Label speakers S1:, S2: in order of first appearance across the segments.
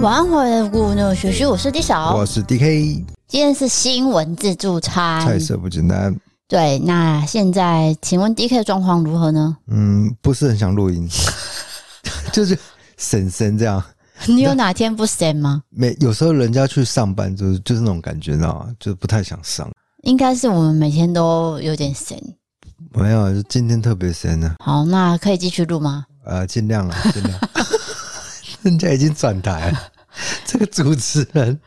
S1: 晚安，欢迎姑娘学学，我是 D
S2: 我
S1: 小，
S2: 是 DK，
S1: 今天是新闻自助
S2: 菜
S1: 餐。
S2: 色不简单。
S1: 对，那现在请问 D K 的状况如何 呢？
S2: 嗯，不是很想录音， 就是神神这样。
S1: 你有哪天不 s 吗？
S2: 每有时候人家去上班，就是就是那种感觉，你知道吗？就不太想上。
S1: 应该是我们每天都有点 s
S2: 没有，就今天特别神呢、
S1: 好，那可以继续录吗？
S2: 啊，呃，尽量啊，尽量。 人家已经转台了，这个主持人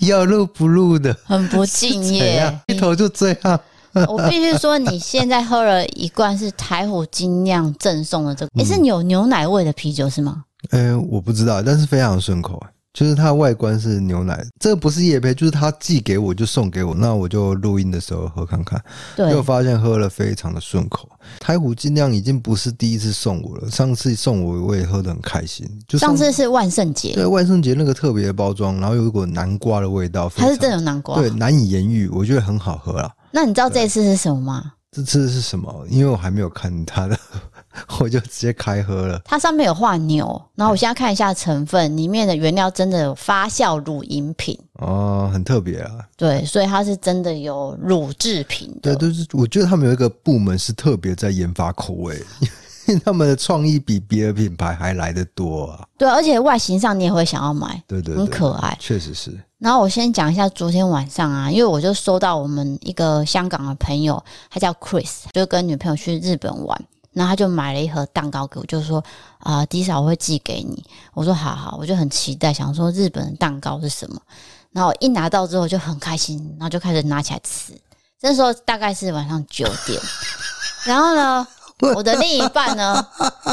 S2: 要录不录的，
S1: 很不敬
S2: 是怎
S1: 业
S2: 样，一头就这样。
S1: 我必须说，你现在喝了一罐是台虎精酿赠送的这个，也、是有牛奶味的啤酒是吗？
S2: 嗯、我不知道，但是非常顺口、啊就是它外观是牛奶，这不是夜杯，就是他寄给我就送给我，那我就录音的时候喝看看，
S1: 对
S2: 就，发现喝了非常的顺口。台虎精酿已经不是第一次送我了，上次送我我也喝得很开心，就
S1: 上次是万圣节，
S2: 对万圣节那个特别的包装，然后有一股南瓜的味道，非
S1: 它
S2: 常
S1: 是真的有南瓜。
S2: 对难以言喻，我觉得很好喝啦。
S1: 那你知道这一次是什么吗？
S2: 这次是什么？因为我还没有看它的， 我就直接开喝了。
S1: 它上面有画牛，然后我现在看一下成分，里面的原料真的有发酵乳饮品，
S2: 哦，很特别啊！
S1: 对，所以它是真的有乳制品的。
S2: 对，就是我觉得他们有一个部门是特别在研发口味， 因为他们的创意比别的品牌还来得多啊。
S1: 对而且外形上你也会想要买，
S2: 对对对，
S1: 很可爱。
S2: 确实是。
S1: 然后我先讲一下昨天晚上啊，因为我就收到我们一个香港的朋友，他叫 Chris，就跟女朋友去日本玩，然后他就买了一盒蛋糕给我，就说啊，迪、嫂我会寄给你。我说好好，我就很期待，想说日本的蛋糕是什么。然后我一拿到之后就很开心，然后就开始拿起来吃。这时候大概是晚上九点，然后呢，我的另一半呢，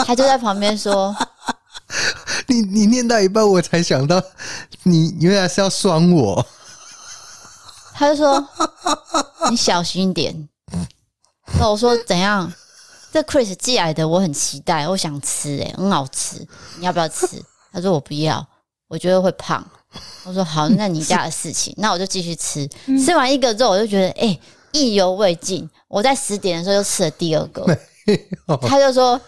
S1: 他就在旁边说。
S2: 你你念到一半，我才想到你原来是要酸我，
S1: 他就说：“你小心一 点。”那我说：“怎样？这 Chris 寄来的，我很期待，我想吃、欸，很好吃，你要不要吃？” 他说：“我不要，我觉得会 胖。”我说：“好，那你家的事情，那我就继续吃。
S2: 嗯
S1: 吃完一个之后，我就觉得，哎、意犹未尽。我在十点的时候又吃了第二 个，他就说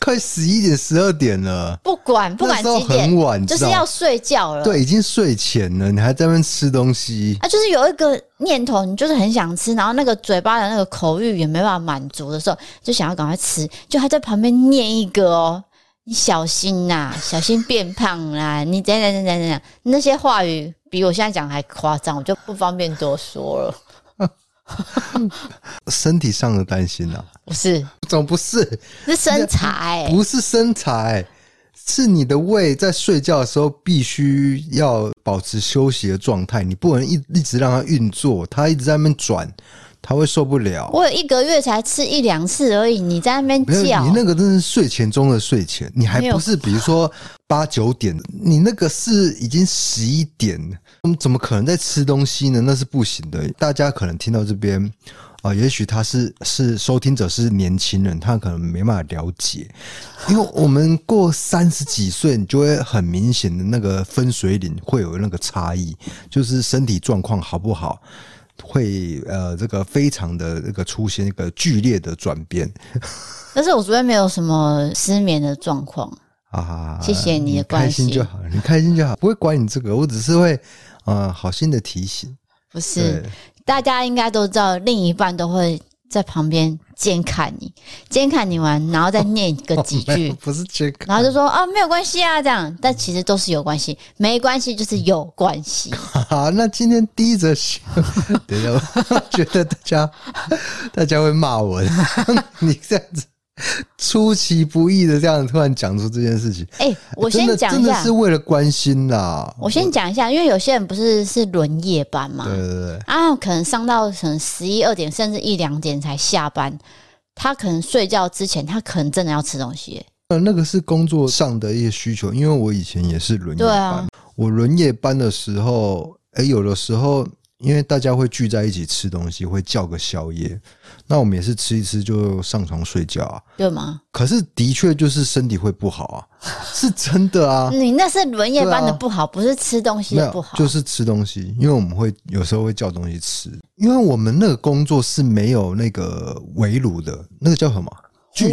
S2: 快十一点十二点了，
S1: 不管不管
S2: 那时候
S1: 几点
S2: 很，晚，
S1: 就是
S2: 你知道
S1: 要
S2: 吗
S1: 睡觉了。”
S2: 对，已经睡前了，你还在那边吃东西，
S1: 啊，就是有一个念头，你就是很想吃，然后那个嘴巴的那个口欲也没办法满足的时候，就想要赶快吃，就他在旁边念一个哦，你小心呐、小心变胖啦、 你怎样怎样怎样怎样，那些话语比我现在讲还夸张，我就不方便多说了。
S2: 身体上的担心啊，
S1: 不是，
S2: 总不是
S1: 是身材、
S2: 不是身材，是你的胃在睡觉的时候必须要保持休息的状态，你不能一一直让它运作，它一直在那边转，它会受不了。
S1: 我有一个月才吃一两次而已，你在那边
S2: 没有，
S1: 叫
S2: 你，那个真是睡前中的睡前，你还
S1: 没有
S2: 不是比如说八九点，你那个是已经十一点，我们怎么可能在吃东西呢？那是不行的。大家可能听到这边。啊、也许他是是收听者是年轻人，他可能没办法了解，因为我们过三十几岁，你就会很明显的那个分水岭会有那个差异，就是身体状况好不好，会呃这个非常的这个出现一个剧烈的转变。
S1: 但是我昨天没有什么失眠的状况。
S2: 啊，
S1: 谢谢你的关
S2: 开
S1: 心
S2: 心就好，你开心就好，不会管你这个，我只是会呃好心的提醒。
S1: 不是
S2: 对，，
S1: 大家应该都知道，另一半都会在旁边监看你，监看你完，然后再念个几 句，
S2: 不是这个，
S1: 然后就说啊没有关系啊这样，但其实都是有关系，没关系就是有关 系。
S2: 好，那今天第一则新闻， 等一下，我觉得大家大家会骂我的。 你这样子出其不意的这样突然讲出这件事情，
S1: 哎、我
S2: 真
S1: 先
S2: 的
S1: 讲
S2: 真
S1: 一
S2: 的
S1: 下
S2: 是，为了关心啦。
S1: 我先讲一下，因为有些人不是是轮夜班嘛，
S2: 对对对，
S1: 啊，可能上到可能十一二点甚至一两点才下班，他可能睡觉之前，他可能真的要吃东西。
S2: 呃，那个是工作上的一些需求，因为我以前也是轮夜
S1: 对
S2: 班，
S1: 啊
S2: 我轮夜班的时候，哎、有的时候因为大家会聚在一起吃东西，会叫个宵夜，那我们也是吃一吃就上床睡觉啊。
S1: 对吗？
S2: 可是的确就是身体会不好啊，是真 的啊。
S1: 你那是轮夜班的
S2: 对啊
S1: 不好，不是吃东西
S2: 没
S1: 的
S2: 有，
S1: 不好。
S2: 就是吃东西，因为我们会有时候会叫东西吃，因为我们那个工作是没有那个围炉的，那个叫什么？聚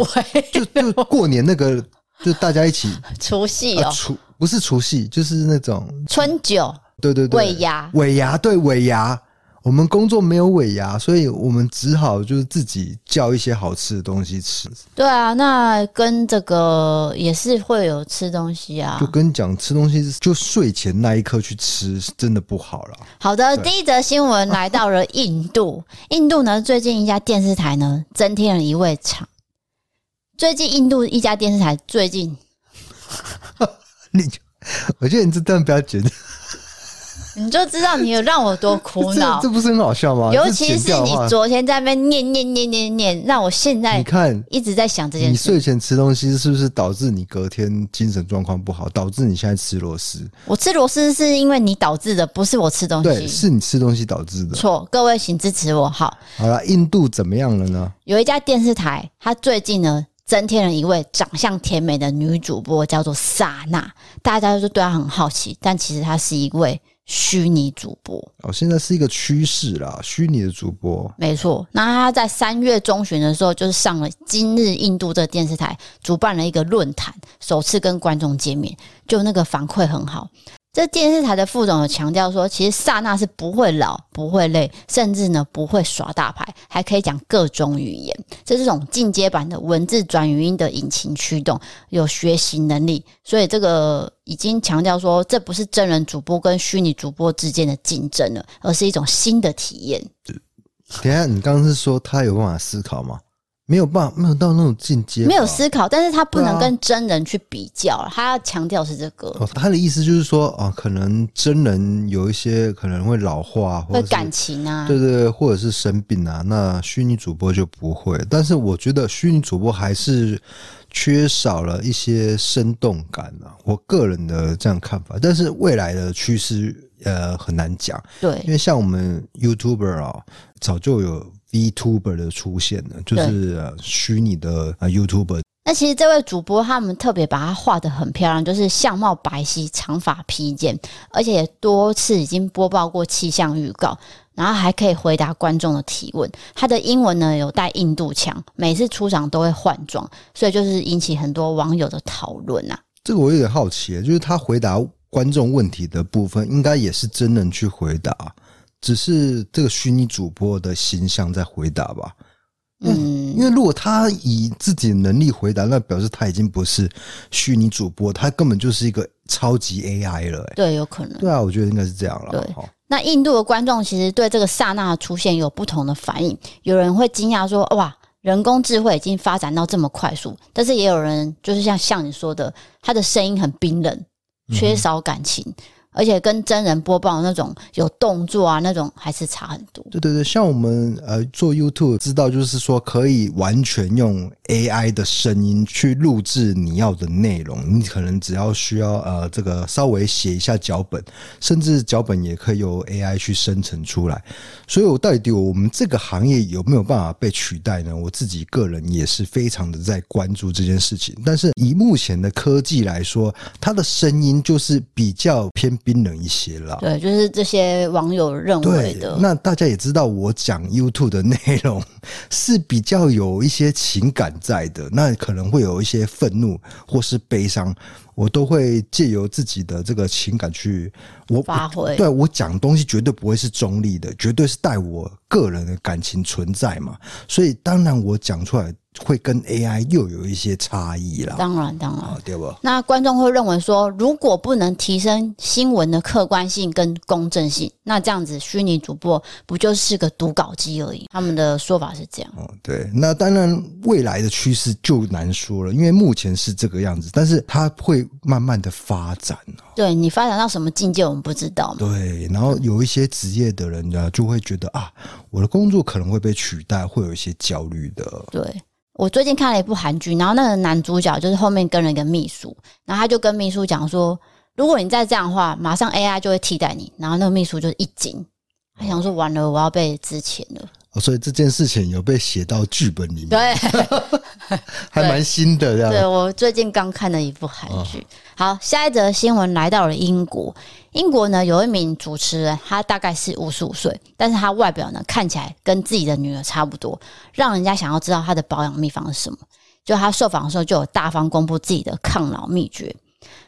S1: 喂，
S2: 就就过年那个，就大家一起
S1: 除夕
S2: 啊
S1: 哦，
S2: 除不是除夕，就是那种
S1: 春酒
S2: 对对对
S1: 尾牙
S2: 尾牙对尾牙，我们工作没有尾牙，所以我们只好就是自己叫一些好吃的东西吃，
S1: 对啊，那跟这个也是会有吃东西啊
S2: 就。跟你讲吃东西就睡前那一刻去吃，是真的不好了。
S1: 好的，
S2: 对
S1: 第一则新闻来到了印度。印度呢，最近一家电视台呢增添了一位厂。最近印度一家电视台最近，
S2: 你就，我觉得你这段不要剪，
S1: 你就知道你有让我多苦恼
S2: 这。这不是很好笑吗？
S1: 尤
S2: 这
S1: 其
S2: 剪
S1: 是
S2: 掉的
S1: 你
S2: 话
S1: 昨天在那边念念念念念，让我现
S2: 你
S1: 在
S2: 看。
S1: 一直在想这件
S2: 你
S1: 事。
S2: 睡前吃东西是不是导致你隔天精神状况不好，导致你现在吃螺丝？
S1: 我吃螺丝是因为你导致的，不是我吃东
S2: 对，
S1: 西。
S2: 是你吃东西导致的。
S1: 错，各位请支持我。好，
S2: 好了，印度怎么样了呢？
S1: 有一家电视台，它最近呢增添了一位长相甜美的女主播，叫做萨娜，大家就对她很好奇，但其实她是一位虚拟主播。
S2: 哦，现在是一个趋势啦，虚拟的主播。
S1: 没错，那他在三月中旬的时候，就是上了今日印度这个电视台主办了一个论坛，首次跟观众见面，就那个反馈很好。这电视台的副总有强调说，其实刹那是不会老、不会累，甚至呢不会耍大牌，还可以讲各种语言。这是种进阶版的文字转语音的引擎驱动，有学习能力，所以这个已经强调说，这不是真人主播跟虚拟主播之间的竞争了，而是一种新的体验。
S2: 等一下，你刚刚是说他有办法思考吗？没有办法，没有到那种境界吧，
S1: 没有思考，但是他不
S2: 对
S1: 能
S2: 啊
S1: 跟真人去比较了，他要强调是这个、
S2: 哦。他的意思就是说，哦，可能真人有一些可能会老化，或
S1: 会
S2: 者是
S1: 感情啊。
S2: 对对对，或者是生病啊，那虚拟主播就不会。但是我觉得虚拟主播还是缺少了一些生动感啊，我个人的这样看法。但是未来的趋势呃很难讲，因
S1: 对
S2: 为像我们 YouTuber 啊，早就有 VTuber 的出现了，就是呃虚拟的呃 YouTuber。
S1: 那其实这位主播他们特别把她画的很漂亮，就是相貌白皙，长发披肩，而且也多次已经播报过气象预告，然后还可以回答观众的提问。她的英文呢有带印度腔，每次出场都会换装，所以就是引起很多网友的讨论啊。
S2: 这个我有点好奇，就是他回答观众问题的部分，应该也是真人去回答，只是这个虚拟主播的形象在回答吧。
S1: 嗯，
S2: 因为如果他以自己的能力回答，那表示他已经不是虚拟主播，他根本就是一个超级 AI 了、欸。
S1: 对，有可能。
S2: 对啊，我觉得应该是这样了。
S1: 对
S2: 好
S1: 那印度的观众其实对这个刹那的出现有不同的反应，有人会惊讶说：“哇，人工智慧已经发展到这么快速。”但是也有人就是像像你说的，他的声音很冰冷，
S2: 嗯
S1: 缺少感情，而且跟真人播报那种有动作啊那种还是差很多。
S2: 对对对，像我们呃做 YouTube 知道，就是说可以完全用 AI 的声音去录制你要的内容，你可能只要需要呃这个稍微写一下脚本，甚至脚本也可以由 AI 去生成出来。所以，我到底我们这个行业有没有办法被取代呢？我自己个人也是非常的在关注这件事情。但是以目前的科技来说，它的声音就是比较偏冰冷一些啦。
S1: 对，就是这些网友认为
S2: 对
S1: 的。
S2: 那大家也知道，我讲 YouTube 的内容是比较有一些情感在的，那可能会有一些愤怒或是悲伤。我都会借由自己的这个情感去我
S1: 发挥
S2: 对我讲东西绝对不会是中立的，绝对是带我个人的感情存在嘛。所以当然我讲出来会跟 AI 又有一些差异啦，
S1: 当然，当然
S2: 啊。，对不？
S1: 那观众会认为说，如果不能提升新闻的客观性跟公正性，那这样子虚拟主播不就是个读稿机而已？他们的说法是这样。
S2: 哦，对，那当然未来的趋势就难说了，因为目前是这个样子，但是它会慢慢的发展哦
S1: 对你发展到什么境界，我们不知道嘛。
S2: 对，然后有一些职业的人呢，就会觉得啊，我的工作可能会被取代，会有一些焦虑的。
S1: 对我最近看了一部韩剧，然后那个男主角就是后面跟了一个秘书，然后他就跟秘书讲说，如果你再这样的话，马上 AI 就会替代你。然后那个秘书就一惊，他想说完了，我要被之前了。
S2: 哦所以这件事情有被写到剧本里面，
S1: 对。
S2: 还蛮新的这
S1: 对
S2: 样。
S1: 我最近刚看了一部韩剧。好，下一则新闻来到了英国。英国呢有一名主持人，他大概是五十五岁，但是他外表呢看起来跟自己的女儿差不多，让人家想要知道他的保养秘方是什么。就他受访的时候，就有大方公布自己的抗老秘诀。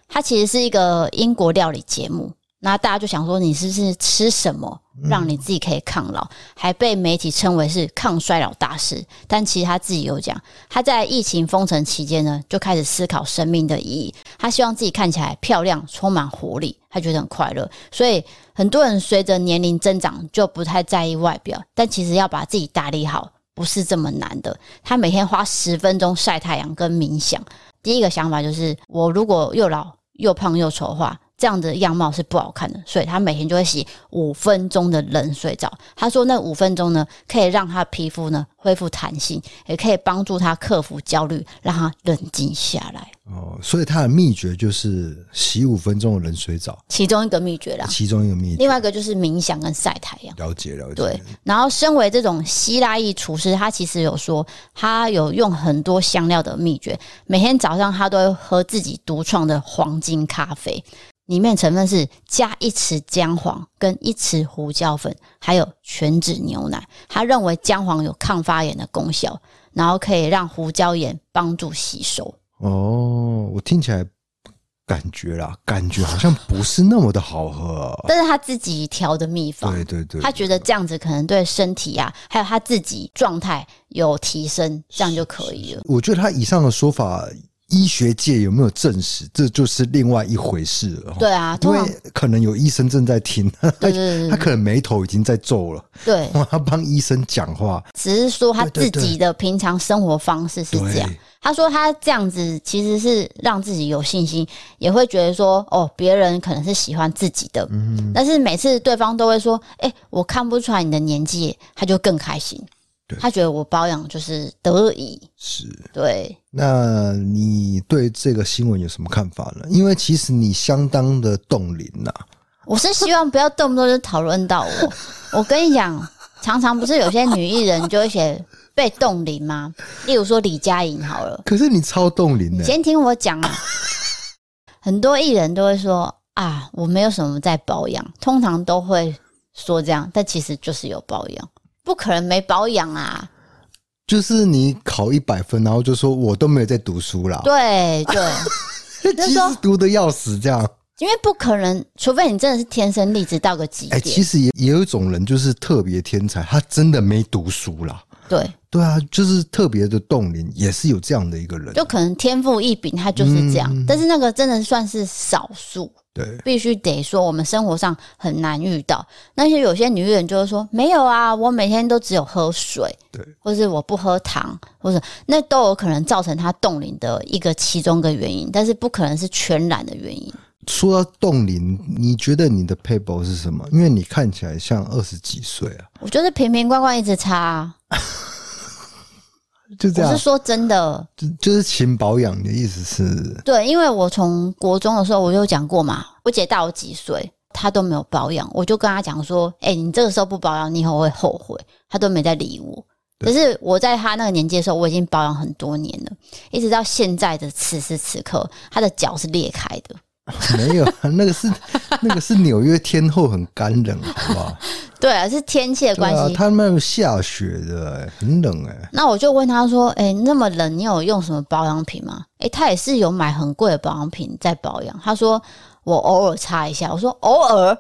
S1: 他其实是一个英国料理节目，那大家就想说你是不是吃什么让你自己可以抗老，还被媒体称为是抗衰老大师。但其实他自己有讲，他在疫情封城期间呢，就开始思考生命的意义。他希望自己看起来漂亮，充满活力，他觉得很快乐。所以很多人随着年龄增长就不太在意外表，但其实要把自己打理好不是这么难的。他每天花十分钟晒太阳跟冥想。第一个想法就是，我如果又老又胖又丑的话，这样的样貌是不好看的，所以他每天就会洗五分钟的冷水澡。他说那五分钟呢，可以让他皮肤呢恢复弹性，也可以帮助他克服焦虑，让他冷静下来。
S2: 哦，所以它的秘诀就是洗五分钟的冷水澡，
S1: 其中一个秘诀啦，
S2: 其中一个秘
S1: 啊
S2: 诀。
S1: 另外一个就是冥想跟晒太阳。
S2: 了解了解，
S1: 对，然后身为这种希腊裔厨师，他其实有说，他有用很多香料的秘诀，每天早上他都会喝自己独创的黄金咖啡，里面成分是加一匙姜黄跟一匙胡椒粉，还有全脂牛奶。他认为姜黄有抗发炎的功效，然后可以让胡椒盐帮助吸收。
S2: 哦，我听起来感觉啦，感觉好像不是那么的好喝。啊
S1: 这是他自己调的秘方。
S2: 对对对，
S1: 他觉得这样子可能对身体啊，还有他自己状态有提升，这样就可以了。
S2: 我觉得他以上的说法，医学界有没有证实，这就是另外一回事了。
S1: 对，啊，
S2: 哦因
S1: 通常嗯
S2: 为可能有医生正在听，
S1: 对对对
S2: 他可能眉头已经在皱了，
S1: 对，
S2: 哇，他帮医生讲话，
S1: 只是说他
S2: 对
S1: 自
S2: 对
S1: 己的平常生活方式是
S2: 对
S1: 这样。他说他这样子其实是让自己有信心，也会觉得说哦，别人可能是喜欢自己的。
S2: 嗯
S1: 但是每次对方都会说，哎、我看不出来你的年纪耶，他就更开心
S2: 对。
S1: 他觉得我保养就是得以
S2: 是。
S1: 对
S2: 那你对这个新闻有什么看法呢？因为其实你相当的冻龄啊呐、
S1: 我是希望不要动不动就讨论到 我。我跟你讲，常常不是有些女艺人就会写被冻龄吗？例如说李佳颖好了，
S2: 可是你超冻龄
S1: 你
S2: 的、
S1: 先听我讲啊。很多艺人都会说啊，我没有什么在保养，通常都会说这样，但其实就是有保养，不可能没保养啊。
S2: 就是你考一百分，然后就说我都没有在读书啦，
S1: 对对，就是
S2: 哦 其实
S1: 说
S2: 读的要死这样。
S1: 因为不可能，除非你真的是天生丽质到个极
S2: 哎、
S1: 点。
S2: 其实也也有一种人就是特别天才，他真的没读书啦。
S1: 对，
S2: 对啊，就是特别的冻龄，也是有这样的一个人。
S1: 就可能天赋异禀，他就是这样。
S2: 嗯
S1: 但是那个真的算是少数，
S2: 对，
S1: 必须得说，我们生活上很难遇到。那些有些女艺人就会说：“没有啊，我每天都只有喝水，
S2: 对，
S1: 或是我不喝糖，或者那都有可能造成她冻龄的一个其中一个原因，但是不可能是全然的原因。
S2: 说到冻龄，你觉得你的配包是什么？因为你看起来像二十几岁啊，
S1: 我就是瓶瓶罐罐一直擦啊、
S2: 就这
S1: 我
S2: 样
S1: 是，说真的，
S2: 就就是勤保养的意思是
S1: 对，因为我从国中的时候我有讲过嘛，我姐大我几岁，她都没有保养，我就跟她讲说，哎、你这个时候不保养，你以后会后悔。她都没在理我。可
S2: 对
S1: 是我在她那个年纪的时候，我已经保养很多年了，一直到现在的此时此刻，她的脚是裂开的。
S2: 啊 没有，那个是那个是纽约天后很干冷，好不好？
S1: 对啊，是天气的
S2: 对
S1: 关
S2: 啊，
S1: 系。
S2: 他们下雪的、欸，很冷哎、
S1: 那我就问他说：“哎、那么冷，你有用什么保养品吗？”哎、他也是有买很贵的保养品在保养。他说：“我偶尔擦一下。”我说：“偶尔，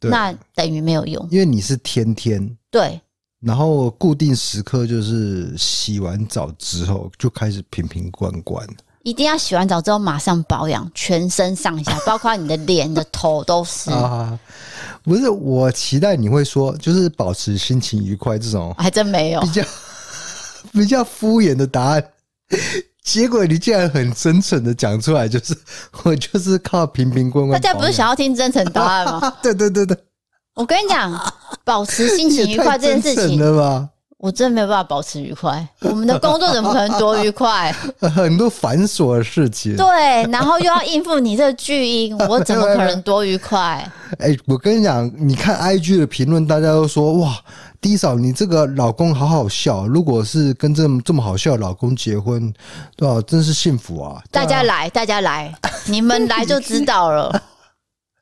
S2: 对
S1: 那等于没有用。
S2: 因为你是天天，”
S1: 对，
S2: 然后固定时刻就是洗完澡之后就开始瓶瓶罐罐，
S1: 一定要洗完澡之后马上保养，全身上下，包括你的脸、你的头都是。
S2: 啊，不是我期待你会说，就是保持心情愉快这种
S1: 还真没有
S2: 比，较比较敷衍的答案，结果你竟然很真诚的讲出来，就是我就是靠瓶瓶罐
S1: 大
S2: 罐保养。
S1: 家不是想要听真诚答案 吗？
S2: 啊？对对对对，
S1: 我跟你讲，保持心
S2: 你也
S1: 情愉快
S2: 太
S1: 这件
S2: 真
S1: 事
S2: 诚
S1: 情，
S2: 了吧？
S1: 我真的没有办法保持愉快。我们的工作怎么可能多愉快？
S2: 很多繁琐的事情。
S1: 对，然后又要应付你这个巨婴，我怎么可能多愉 快？
S2: 哎、我跟你讲，你看 IG 的评论，大家都说哇，低嫂你这个老公好好笑。如果是跟这么这么好笑的老公结婚，对吧、真是幸福啊！
S1: 大家来，大家来，你们来就知道了。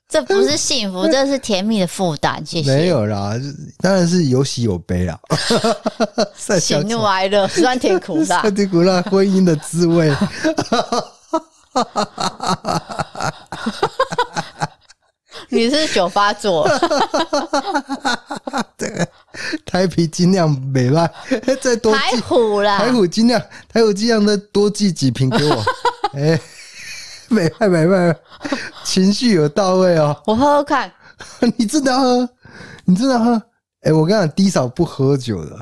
S1: 这不是幸 福，这是甜蜜的负担。谢
S2: 没
S1: 谢，
S2: 有啦，当然是有喜有悲 啦。在
S1: 喜
S2: 想
S1: 怒哀乐，酸甜苦辣
S2: 萨。迪古拉婚姻的滋味。
S1: 你是酒吧座，
S2: 台啤尽量美吧，再 多
S1: 海
S2: 寄
S1: 虎啊啦，
S2: 台虎尽量台虎尽量再多寄几瓶 给我。哎、美拜美拜，情绪有到位哦。
S1: 我喝喝看。
S2: 你真的要喝？你真的要喝？哎、我跟你讲，低嫂不喝酒的，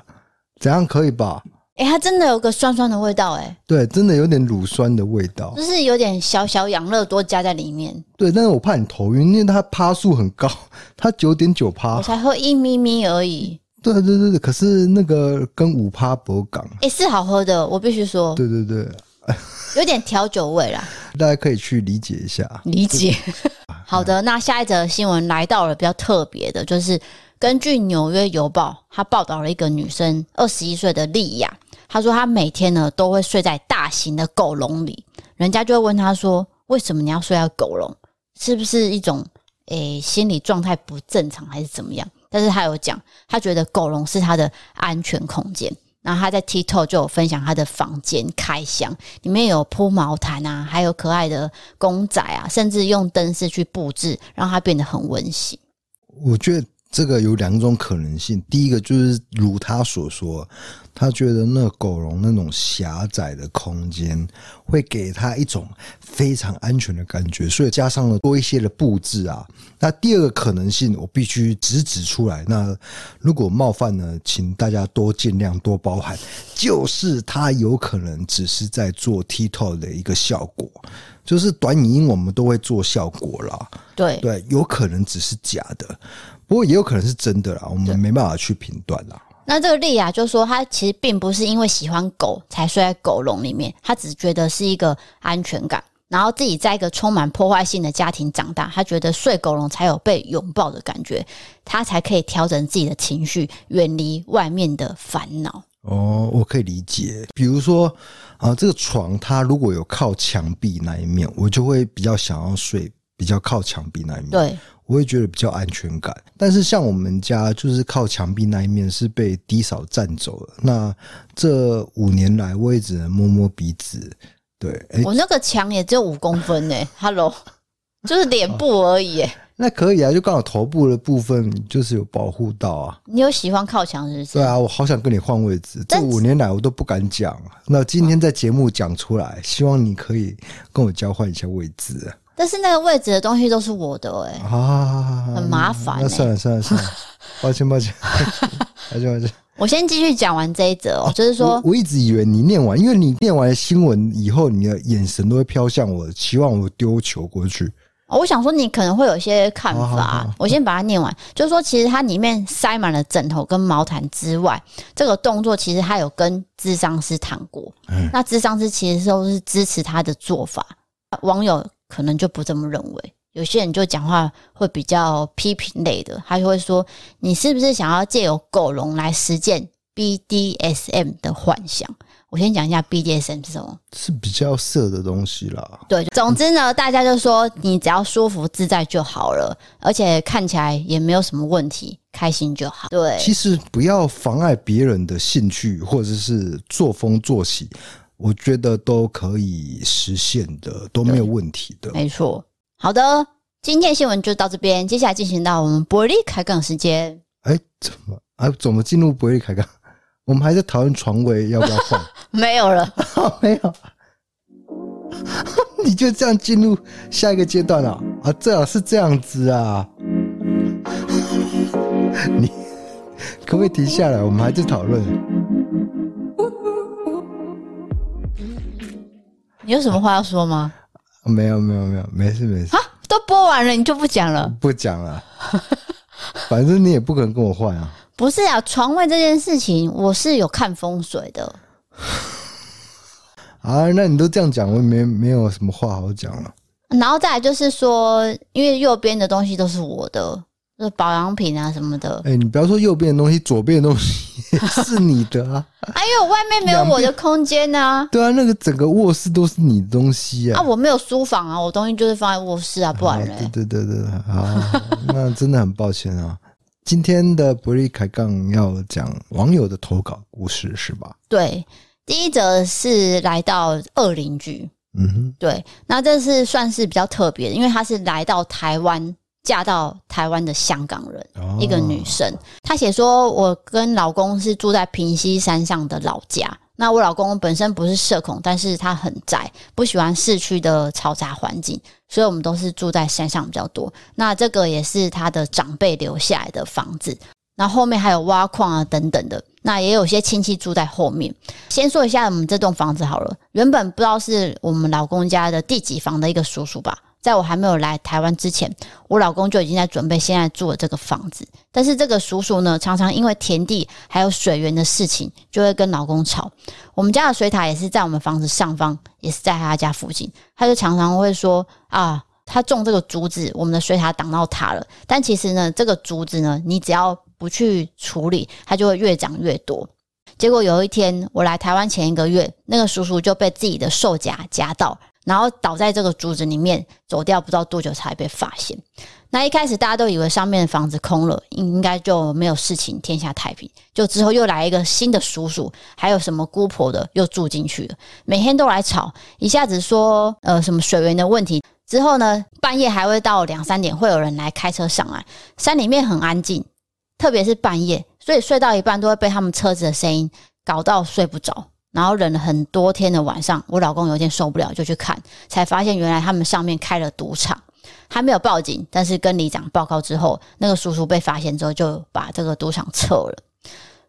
S2: 怎样可以吧？
S1: 哎、它真的有个酸酸的味道、哎，
S2: 对，真的有点乳酸的味道
S1: 就。是有点小小养乐多加在里面。
S2: 对，但是我怕你头晕，因为它趴数很高， 它九点九趴
S1: 我。才喝一咪咪而已，
S2: 对对对对，可是那个跟五趴博港。
S1: 哎、是好喝的，我必须说，
S2: 对对对，
S1: 有点调酒味啦。
S2: 大家可以去理解一下。
S1: 理解。好的，那下一则新闻来到了比较特别的，就是根据《纽约邮报》，它报道了一个女生，二十一岁的莉亚，她说她每天呢都会睡在大型的狗笼里，人家就会问她说：“为什么你要睡在狗笼？是不是一种诶、心理状态不正常，还是怎么样？”但是她有讲，她觉得狗笼是她的安全空间。然后她在 TikTok 就有分享她的房间开箱，里面有铺毛毯啊，还有可爱的公仔啊，甚至用灯饰去布置，让它变得很温馨。
S2: 我觉得这个有两种可能性，第一个就是如他所说，他觉得那狗笼那种狭窄的空间会给他一种非常安全的感觉，所以加上了多一些的布置啊。那第二个可能性，我必须直指出来。那如果冒犯呢，请大家多见谅、多包涵。就是他有可能只是在做 TikTok 的一个效果，就是短影音我们都会做效果啦。
S1: 对，
S2: 对，有可能只是假的，不过也有可能是真的啦，我
S1: 对
S2: 们没办法去评断啦。
S1: 那这个莉亚就说，她其实并不是因为喜欢狗才睡在狗笼里面，她只觉得是一个安全感。然后自己在一个充满破坏性的家庭长大，她觉得睡狗笼才有被拥抱的感觉，她才可以调整自己的情绪，远离外面的烦恼。
S2: 哦，我可以理解。比如说啊、这个床它如果有靠墙壁那一面，我就会比较想要睡比较靠墙壁那一面，
S1: 对，
S2: 我会觉得比较安全感。但是像我们家就是靠墙壁那一面是被低嫂占走了，那这五年来我也只能摸摸鼻子。对，哎、
S1: 我那个墙也只有五公分呢、Hello，就是 脸部而已、欸。
S2: 那可以啊，就刚好头部的部分就是有保护到啊。
S1: 你有喜欢靠墙是不是？
S2: 对啊，我好想跟你换位置。这
S1: 但
S2: 五年来我都不敢讲，啊那今天在节目讲出来，希望你可以跟我交换一下位置
S1: 但是那个位置的东西都是我的哎、
S2: 啊，
S1: 很麻烦欸
S2: 那算了算了算了，抱歉抱歉，抱歉抱歉。
S1: 我先继续讲完这一则哦、就是
S2: 我
S1: 说，
S2: 我一直以为你念完，因为你念完新闻以后，你的眼神都会飘向我，希望我丢球过去。
S1: 哦我想说你可能会有一些看法，
S2: 好好好
S1: 我先把它念完。就是说，其实它里面塞满了枕头跟毛毯之外，这个动作其实他有跟智商师谈过，
S2: 嗯
S1: 那智商师其实都是支持他的做法，网友可能就不这么认为。有些人就讲话会比较批评类的，他就会说：“你是不是想要借由狗笼来实践 BDSM 的幻想？”我先讲一下 BDSM 是什么。
S2: 是比较色的东西啦。
S1: 对，总之呢，大家就说你只要舒服自在就好了，而且看起来也没有什么问题，开心就好。对，
S2: 其实不要妨碍别人的兴趣或者是作风作息，我觉得都可以实现的，都没有问题的。
S1: 没错。好的，今天的新闻就到这边，接下来进行到我们伯利开杠时间。
S2: 哎、怎么啊？怎么进入伯利凯刚？我们还在讨论床位要不要换？
S1: 没有了，
S2: 啊，没有。 你就这样进入下一个阶段了啊？最好是这样子啊。 你可不可以停下来？我们还在讨论。
S1: 你有什么话要说吗？
S2: 啊没有，没有，没有，没事，没事
S1: 啊，，都播完了你就不讲了？
S2: 不讲了。反正你也不可能跟我换啊。
S1: 不是啊，床位这件事情我是有看风水的。
S2: 啊，那你都这样讲，我也没没有什么话好讲了。
S1: 然后再来就是说，因为右边的东西都是我的，就是保养品啊什么的
S2: 哎、你不要说右边的东西，左边的东西也是你的啊。
S1: 啊，因为我外面没有我的空间呐、
S2: 对啊，那个整个卧室都是你的东西
S1: 啊，
S2: 啊。
S1: 我没有书房啊，我东西就是放在卧室啊，不然嘞、
S2: 啊对对对对，好，那真的很抱歉啊。今天的伯利开杠要讲网友的投稿故事是吧？
S1: 对，第一则是来到二邻居，
S2: 嗯哼，
S1: 对，那这是算是比较特别的，因为她是来到台湾。嫁到台湾的香港人，
S2: 哦
S1: 一个女生，她写说：“我跟老公是住在平西山上的老家。那我老公本身不是社恐，但是他很宅，不喜欢市区的嘈杂环境，所以我们都是住在山上比较多。那这个也是他的长辈留下来的房子，那后面还有挖矿啊等等的。那也有些亲戚住在后面。先说一下我们这栋房子好了，原本不知道是我们老公家的第几房的一个叔叔吧。在我还没有来台湾之前，我老公就已经在准备现在住的这个房子。但是这个叔叔呢，常常因为田地还有水源的事情，就会跟老公吵。我们家的水塔也是在我们房子上方，也是在他家附近。他就常常会说啊，他种这个竹子，我们的水塔挡到他了。但其实呢，这个竹子呢，你只要不去处理，它就会越长越多。结果有一天，我来台湾前一个月，那个叔叔就被自己的兽夹夹到，然后倒在这个竹子里面走掉，不知道多久才被发现。那一开始大家都以为上面的房子空了，应应该就没有事情，天下太平。就之后又来一个新的叔叔，还有什么姑婆的又住进去了，每天都来吵，一下子说呃什么水源的问题。之后呢，半夜还会到两三点，会有人来开车上来。山里面很安静，特别是半夜，所以睡到一半都会被他们车子的声音搞到睡不着。然后忍了很多天的晚上，我老公有点受不了，就去看，才发现原来他们上面开了赌场。还没有报警，但是跟里长报告之后，那个叔叔被发现之后，就把这个赌场撤了。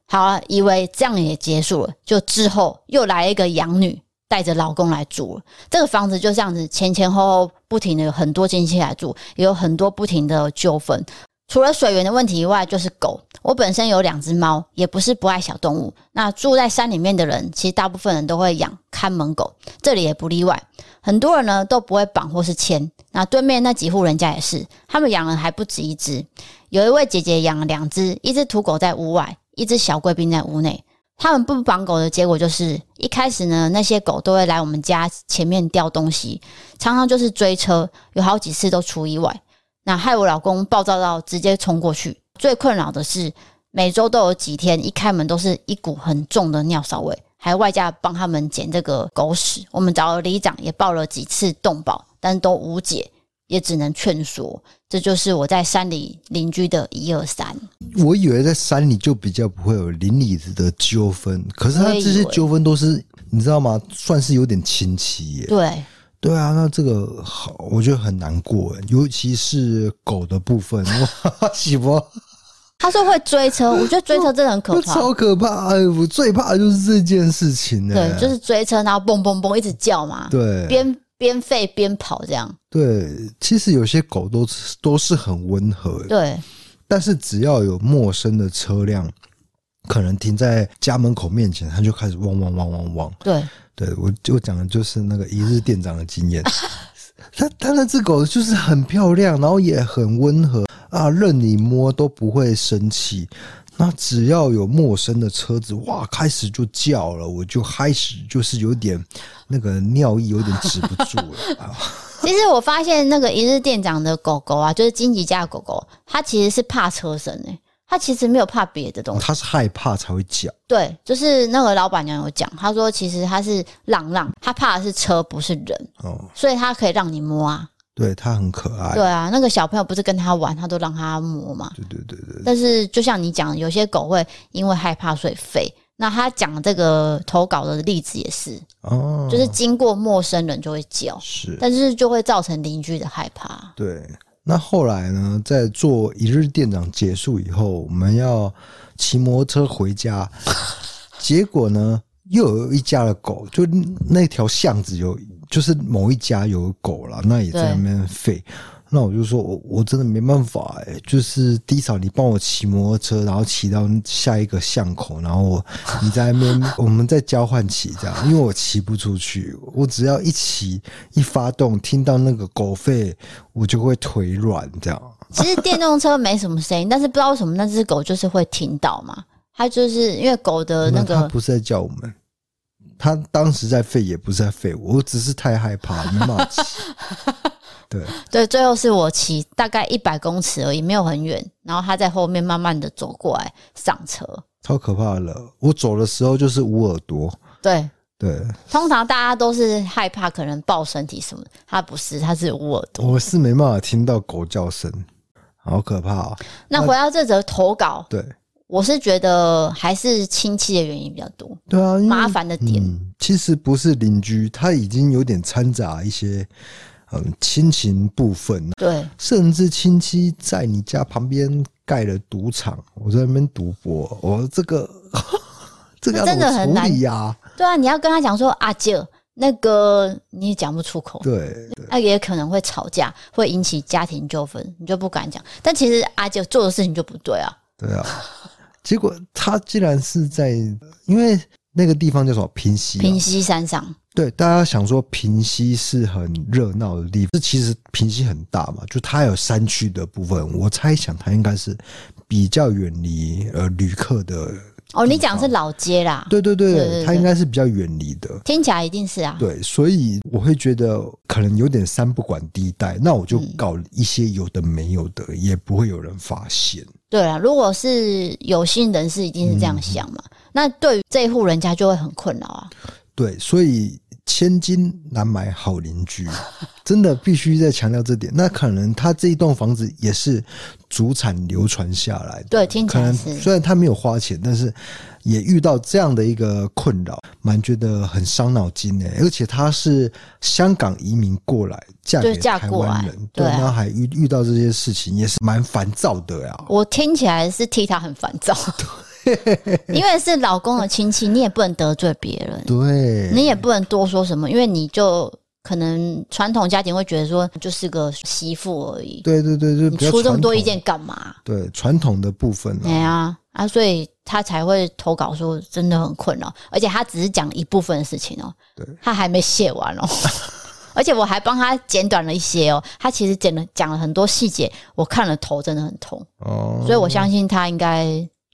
S1: 好啊，以为这样也结束了，就之后又来一个养女，带着老公来住了。这个房子就这样子前前后后不停的有很多亲戚来住，也有很多不停的纠纷。除了水源的问题以外，就是狗。我本身有两只猫，也不是不爱小动物。那住在山里面的人，其实大部分人都会养看门狗，这里也不例外。很多人呢都不会绑或是牵。那对面那几户人家也是，他们养了还不止一只。有一位姐姐养了两只，一只土狗在屋外，一只小贵宾在屋内。他们不绑狗的结果就是，一开始呢，那些狗都会来我们家前面叼东西，常常就是追车，有好几次都出意外。那害我老公暴躁到直接冲过去。最困扰的是，每周都有几天一开门都是一股很重的尿骚味，还外加帮他们捡这个狗屎。我们找了里长也报了几次动保，但都无解，也只能劝说。这就是我在山里邻居的一二三。
S2: 我以为在山里就比较不会有邻里子的纠纷，可是他
S1: 我也以
S2: 这些
S1: 为
S2: 纠纷都是你知道吗？算是有点亲戚 耶。
S1: 对，
S2: 对啊，那这个好，我觉得很难过耶，尤其是狗的部分，哇，喜欢，
S1: 他说会追车，我觉得追车真的很可
S2: 那
S1: 怕。
S2: 超可怕！哎，我最怕的就是这件事情呢。
S1: 对，就是追车，然后嘣嘣嘣一直叫嘛，
S2: 对
S1: 边边吠边跑这样。
S2: 对，其实有些狗都是都是很温和，
S1: 对，
S2: 但是只要有陌生的车辆，可能停在家门口面前，它就开始汪汪汪汪汪。
S1: 对，
S2: 对我我讲的就是那个一日店长的经验。 它它那只狗就是很漂亮，然后也很温和啊，任你摸都不会生气。那只要有陌生的车子，哇，开始就叫了，我就开始就是有点那个尿意有点止不住了。 啊
S1: 其实我发现那个一日店长的狗狗啊，就是荆棘家的狗狗，它其实是怕车声诶、它其实没有怕别的东西。
S2: 他是害怕才会叫，
S1: 对，就是那个老板娘有讲，她说其实它是浪浪，它怕的是车不是人，
S2: 哦，
S1: 所以它可以让你摸啊。
S2: 对他很可爱
S1: 对。啊，那个小朋友不是跟他玩，他都让他摸嘛。
S2: 对对对对，
S1: 但是就像你讲，有些狗会因为害怕所以吠。那他讲这个投稿的例子也是，
S2: 哦，
S1: 就是经过陌生人就会叫，
S2: 是，
S1: 但是就会造成邻居的害怕。
S2: 对。那后来呢，在做一日店长结束以后，我们要骑摩托车回家，结果呢，又有一家的狗，就那条巷子有，就是某一家有狗了，那也在那边吠。那我就说，我我真的没办法哎、就是低嫂，你帮我骑摩托车，然后骑到下一个巷口，然后我你在那边，我们再交换骑这样，因为我骑不出去，我只要一骑一发动，听到那个狗吠，我就会腿软这样。
S1: 其实电动车没什么声音，但是不知道为什么那只狗就是会听到嘛。它就是因为狗的呃那
S2: 他
S1: 个，
S2: 不是在叫我们，他当时在吠，也不是在吠我，我只是太害怕，没办法 骑。对，
S1: 对，最后是我骑大概一百公尺而已，没有很远，然后它在后面慢慢的走过来上车。
S2: 超可怕了。我走的时候就是捂耳朵，
S1: 对，
S2: 对
S1: 通常大家都是害怕可能抱身体什么的，它不是，它是捂耳朵。
S2: 我是没办法听到狗叫声，好可怕、哦。
S1: 那回到这则投稿，
S2: 对，
S1: 我是觉得还是亲戚的原因比较多，
S2: 对啊，因为
S1: 麻烦的点。
S2: 嗯，其实不是邻居，他已经有点掺杂一些嗯亲情部分，
S1: 对，
S2: 甚至亲戚在你家旁边盖了赌场，我在那边赌博，我这个 这个要
S1: 那真
S2: 怎
S1: 的
S2: 么
S1: 很
S2: 处
S1: 难
S2: 理呀、
S1: 对啊，你要跟他讲说阿舅，那个你也讲不出口，
S2: 对对
S1: 那也可能会吵架，会引起家庭纠纷，你就不敢讲。但其实阿舅做的事情就不对啊，
S2: 对啊！结果他竟然是在，因为那个地方叫什么平溪、啊，
S1: 平西山上，
S2: 对，大家想说平溪是很热闹的地方，这其实平溪很大嘛，就它有山区的部分，我猜想它应该是比较远离呃旅客的，
S1: 哦，你讲是老街啦，
S2: 对对对，
S1: 对对对
S2: 它应该是比较远离的。
S1: 听起来一定是啊，
S2: 对，所以我会觉得可能有点三不管地带，那我就
S1: 嗯
S2: 搞一些有的没有的，也不会有人发现。
S1: 对啦，如果是有心人士，一定是
S2: 嗯
S1: 这样想嘛。那对于这一户人家就会很困扰啊。
S2: 哦对，所以千金难买好邻居， 真的必须再强调这点。那可能他这一栋房子也是祖产流传下来的，
S1: 对听起
S2: 可
S1: 来
S2: 能
S1: 是
S2: 虽然他没有花钱，但是也遇到这样的一个困扰，蛮觉得很伤脑筋的、而且他是香港移民过来，嫁
S1: 对
S2: 给
S1: 嫁
S2: 台
S1: 过
S2: 湾
S1: 来
S2: 人，
S1: 对啊
S2: 然后还遇遇到这些事情，也是蛮烦躁的呀、
S1: 我听起来是替他很烦躁，因为是老公的亲戚，你也不能得罪别人，
S2: 对，
S1: 你也不能多说什么，因为你就可能传统家庭会觉得说就是个媳妇而已，
S2: 对对对对，
S1: 你
S2: 比较
S1: 出这么
S2: 传
S1: 多意
S2: 统
S1: 见，干嘛？
S2: 对传统的部分
S1: 对
S2: 啊，
S1: 啊，啊，所以他才会投稿说真的很困扰，而且他只是讲一部分的事情哦、
S2: 对
S1: 他还没写完哦、 而且我还帮他简短了一些哦、他其实讲了讲了很多细节，我看了头真的很痛，
S2: 哦，
S1: 所以我相信他应该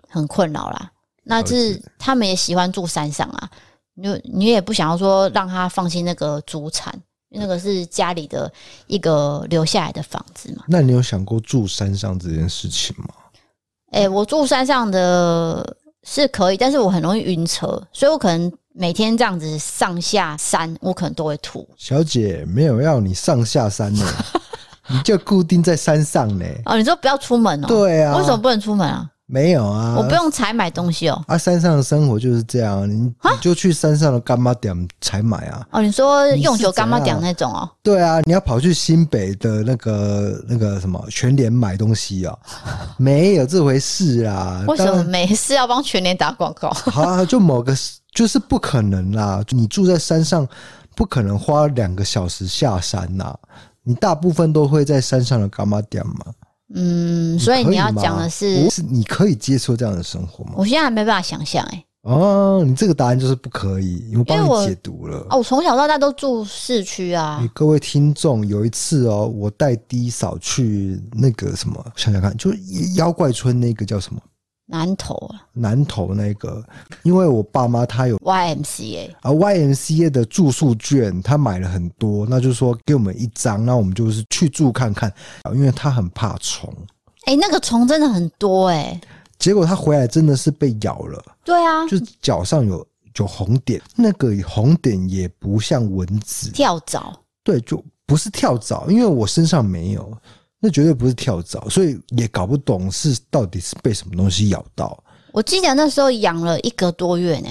S1: 很困扰啦。那
S2: 了
S1: 是
S2: 解
S1: 他们也喜欢住山上啊，你就你也不想要说让他放心那个祖产，因为那个是家里的一个留下来的房子嘛。
S2: 那你有想过住山上这件事情吗？
S1: 哎、我住山上的是可以，但是我很容易晕车，所以我可能每天这样子上下山，我可能都会吐。
S2: 小姐没有要你上下山 呢、你就固定在山上呢、
S1: 哦，你说不要出门哦？、
S2: 对啊，
S1: 为什么不能出门啊？
S2: 没有啊？
S1: 我不用采买东西哦。
S2: 啊，山上的生活就是这样，啊你
S1: 啊
S2: 你就去山上的干妈点才买啊。
S1: 哦，你说
S2: 你是
S1: 用酒干妈
S2: 怎样
S1: 讲那种哦？
S2: 对啊，你要跑去新北的那个那个什么全联买东 西啊、没有这回事啊。
S1: 为什
S2: 当
S1: 么
S2: 然
S1: 每次要帮全年打广告？
S2: 好、啊，就某个就是不可能啦。你住在山上，不可能花两个小时下山呐、你大部分都会在山上的干妈店嘛。
S1: 嗯，所以
S2: 可
S1: 你要
S2: 吗
S1: 讲的是
S2: 我，是你可以接受这样的生活吗？
S1: 我现在还没办法想象哎、
S2: 哦，你这个答案就是不可以，我帮
S1: 因为
S2: 你
S1: 我
S2: 解读了。
S1: 哦，我从小到大都住市区啊
S2: 你。各位听众，有一次哦，我带低嫂去那个什么，想想看，就是妖怪村那个叫什么
S1: 南投啊
S2: 南投那个，因为我爸妈他有
S1: ，YMCA，
S2: 啊 YMCA 的住宿券，他买了很多，那就是说给我们一张，那我们就是去住看看，啊因为他很怕虫。
S1: 哎、那个虫真的很多哎、
S2: 结果他回来真的是被咬了，
S1: 对啊，
S2: 就是脚上有有红点，那个红点也不像蚊子，
S1: 跳蚤，
S2: 对，就不是跳蚤，因为我身上没有，那绝对不是跳蚤，所以也搞不懂是到底是被什么东西咬到。
S1: 我记得那时候养了一个多月呢、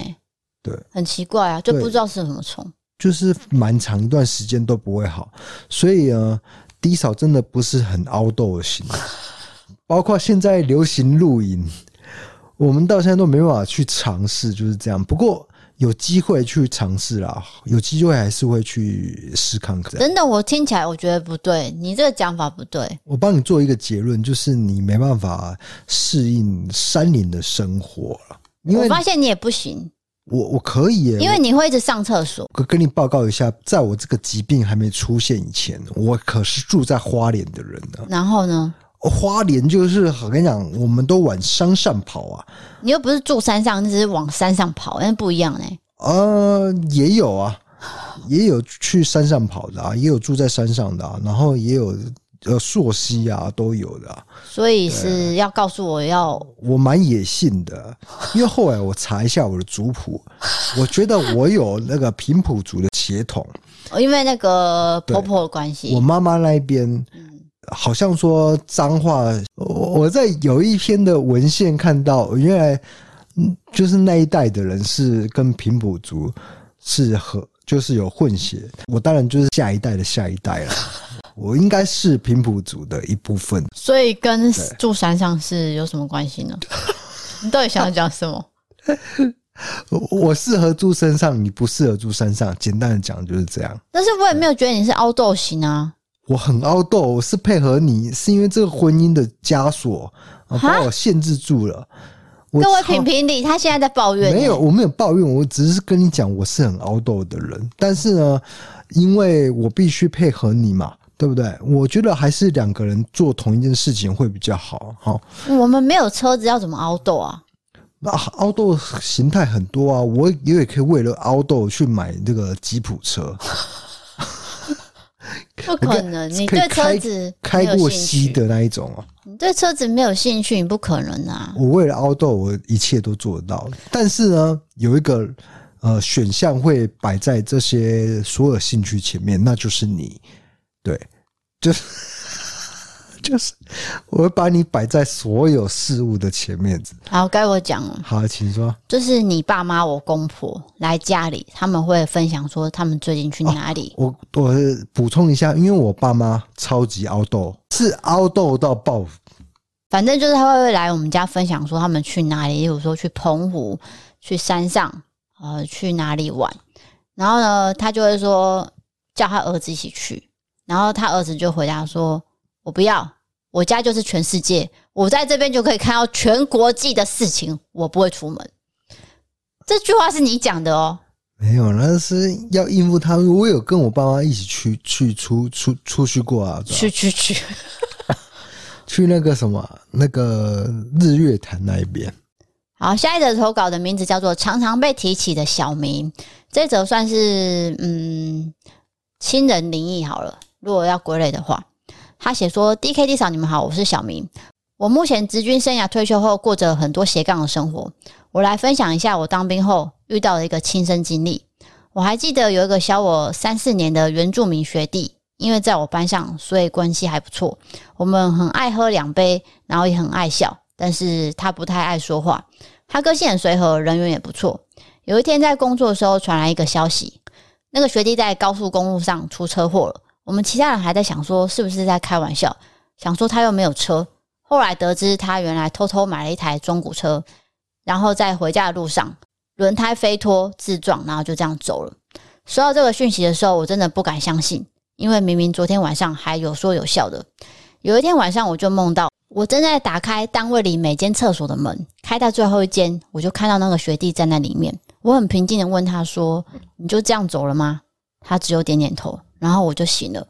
S2: 对，
S1: 很奇怪啊，就
S2: 对
S1: 不知道是什么虫。
S2: 就是蛮长一段时间都不会好，所以呃，低潮真的不是很凹豆的行为，包括现在流行露营，我们到现在都没办法去尝试，就是这样。不过有机会去尝试啦，有机会还是会去试看看。
S1: 真的，我听起来我觉得不对，你这个讲法不对。
S2: 我帮你做一个结论，就是你没办法适应山林的生活了，因
S1: 我
S2: 为
S1: 发现你也不行，
S2: 我我可以耶，
S1: 因为你会一直上厕所。
S2: 我跟你报告一下，在我这个疾病还没出现以前，我可是住在花莲的人呢、
S1: 然后呢，
S2: 花莲就是，我跟你讲，我们都往山上跑啊，
S1: 你又不是住山上，你只是往山上跑，那不一样呢、
S2: 呃，也有啊，也有去山上跑的啊，也有住在山上的啊，然后也有呃溯溪啊，都有的啊、
S1: 所以是要告诉我要
S2: 我蛮野性的，因为后来我查一下我的族谱，我觉得我有那个平埔族的血统，
S1: 因为那个婆婆的关系
S2: 我，妈妈那一边好像说脏话，我我在有一篇的文献看到，原来嗯，就是那一代的人是跟平埔族是和就是有混血，我当然就是下一代的下一代了，我应该是平埔族的一部分。
S1: 所以跟住山上是有什么关系 呢？你到底想要讲什么？
S2: 我我适合住山上，你不适合住山上，简单的讲就是这样。
S1: 但是我也没有觉得你是凹豆型啊，
S2: 我很凹斗，我是配合你，是因为这个婚姻的枷锁、啊、把
S1: 哈
S2: 我限制住了。我
S1: 各位
S2: 超
S1: 评评理，他现在在抱怨、
S2: 没有，，我没有抱怨，我只是跟你讲，我是很凹斗的人。但是呢，因为我必须配合你嘛，对不对？我觉得还是两个人做同一件事情会比较好。哈、
S1: 我们没有车子要怎么凹豆啊？
S2: 那凹斗形态很多啊，我也也可以为了凹斗去买这个吉普车，
S1: 不可能，你
S2: 可以
S1: 对
S2: 开
S1: 车子没
S2: 开
S1: 有
S2: 过
S1: 兴
S2: 溪
S1: 趣，
S2: 的那一种哦、
S1: 你对车子没有兴趣，你不可能 啊！
S2: 我为了凹豆，我一切都做得到。但是呢，有一个呃选项会摆在这些所有兴趣前面，那就是你。对，就是就是，我会把你摆在所有事物的前面。
S1: 好，该我讲了，
S2: 好，请说。
S1: 就是你爸妈、我公婆来家里，他们会分享说他们最近
S2: 哦
S1: 去哪里。
S2: 我我补充一下，因为我爸妈超级凹豆，是凹豆到爆。
S1: 反正就是他会来我们家分享说他们去哪里，例如说去澎湖、去山上，呃，去哪里玩。然后呢，他就会说叫他儿子一起去，然后他儿子就回答说：“我不要，我家就是全世界，我在这边就可以看到全国际的事情，我不会出门。”这句话是你讲的哦，
S2: 没有，那是要应付他们。我有跟我爸妈一起去去出出出去过啊，对吧
S1: 去去去，
S2: 去那个什么那个日月潭那一边。
S1: 好，下一则投稿的名字叫做“常常被提起的小名”，这则算是嗯亲人灵异好了。如果要归类的话，他写说：“D K D 嫂，你们好，我是小明。我目前职军生涯退休后，过着很多斜杠的生活。我来分享一下我当兵后遇到的一个亲身经历。我还记得有一个小我三四年的原住民学弟，因为在我班上，所以关系还不错。我们很爱喝两杯，然后也很爱笑，但是他不太爱说话。”他个性很随和，人缘也不错。有一天在工作的时候传来一个消息，那个学弟在高速公路上出车祸了。我们其他人还在想说是不是在开玩笑，想说他又没有车。后来得知他原来偷偷买了一台中古车，然后在回家的路上轮胎飞脱自撞，然后就这样走了。收到这个讯息的时候，我真的不敢相信，因为明明昨天晚上还有说有笑的。有一天晚上，我就梦到我正在打开单位里每间厕所的门，开到最后一间，我就看到那个学弟站在里面。我很平静的问他说：“你就这样走了吗？”他只有点点头，然后我就醒了。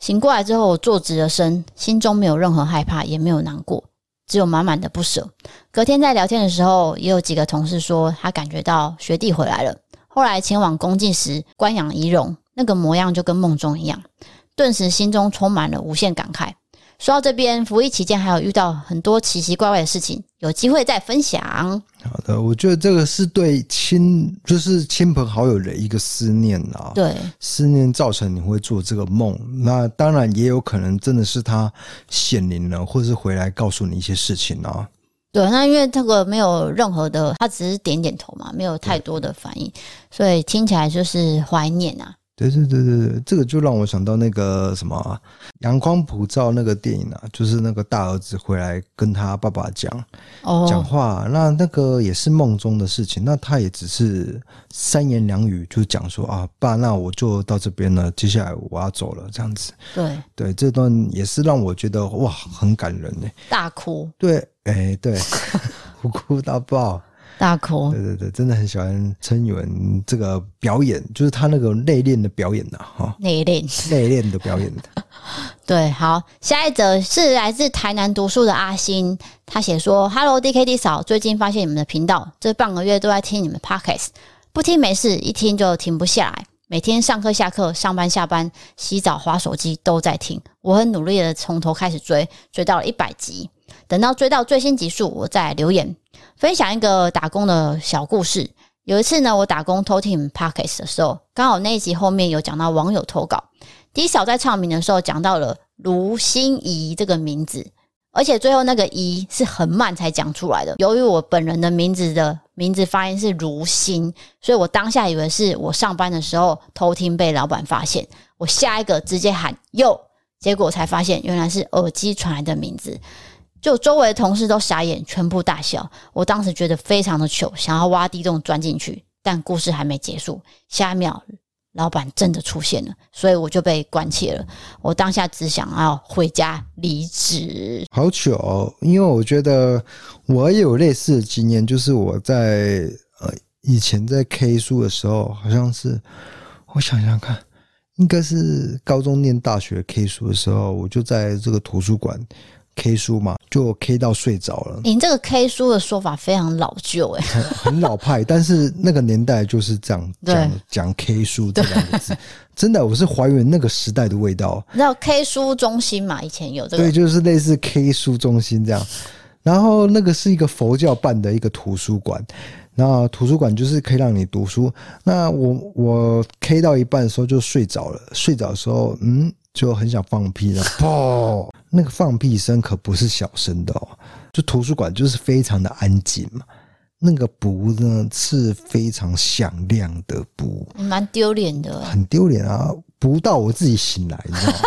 S1: 醒过来之后，我坐直了身，心中没有任何害怕，也没有难过，只有满满的不舍。隔天在聊天的时候，也有几个同事说他感觉到学弟回来了。后来前往宫进时，观养仪容，那个模样就跟梦中一样，顿时心中充满了无限感慨。说到这边，服役期间还有遇到很多奇奇怪怪的事情，有机会再分享。
S2: 好的，我觉得这个是对亲，就是亲朋好友的一个思念啊。
S1: 对，
S2: 思念造成你会做这个梦，那当然也有可能真的是他显灵了，或是回来告诉你一些事情啊。
S1: 对，那因为这个没有任何的，他只是点点头嘛，没有太多的反应，所以听起来就是怀念啊。
S2: 对对对对对，这个就让我想到那个什么啊《阳光普照》那个电影啊，就是那个大儿子回来跟他爸爸讲讲
S1: 哦，
S2: 话，那那个也是梦中的事情，那他也只是三言两语就讲说啊，爸，那我就到这边了，接下来我要走了，这样子。
S1: 对，
S2: 对，这段也是让我觉得哇，很感人呢。
S1: 大哭
S2: 对，哎、对， 哭哭到爆。
S1: 大哭
S2: 对，对对，真的很喜欢陈宇文这个表演，就是他那个内敛的表演呐、啊哈、
S1: 内敛。
S2: 内敛的表演。
S1: 对，好，下一则是来自台南读书的阿星，他写说：“Hello DKD 嫂，最近发现你们的频道，这半个月都在听你们 Podcast，不听没事，一听就停不下来。每天上课、下课、上班、下班、洗澡、划手机都在听。我很努力的从头开始追，追到了一百集。等到追到最新集数，我再留言分享一个打工的小故事。有一次呢，我打工偷听你们 Podcast 的时候，刚好那一集后面有讲到网友投稿。第一嫂在唱名的时候讲到了卢心怡这个名字，而且最后那个“怡”是很慢才讲出来的。由于我本人的名字的名字发音是如心，所以我当下以为是我上班的时候偷听被老板发现，我下一个直接喊哟，结果才发现原来是耳机传来的名字。就周围的同事都傻眼，全部大笑。我当时觉得非常的糗，想要挖地洞钻进去，但故事还没结束，下一秒老板真的出现了，所以我就被关切了。我当下只想要回家离职。
S2: 好糗哦、因为我觉得我也有类似的经验，就是我在呃以前在 K 书的时候，好像是我想想看，应该是高中念大学 K 书的时候，我就在这个图书馆 K 书嘛，就 K 到睡着 了，
S1: 你这个 K 书的说法非常老旧诶、欸
S2: 很老派，但是那个年代就是这样
S1: 对
S2: 讲讲 K 书这两个字，真的我是还原那个时代的味道。
S1: 你知道 K 书中心嘛？以前有这
S2: 对，
S1: 个，
S2: 就是类似 K 书中心这样。然后那个是一个佛教办的一个图书馆，那图书馆就是可以让你读书。那我我 K 到一半的时候就睡着了，睡着的时候，嗯，就很想放屁 了，
S1: 哦
S2: 砰！那个放屁声可不是小声的哦，就图书馆就是非常的安静嘛。那个“不”呢是非常响亮的“不”，
S1: 蛮丢脸的、欸。
S2: 很丢脸啊，补到我自己醒来，你知道吗？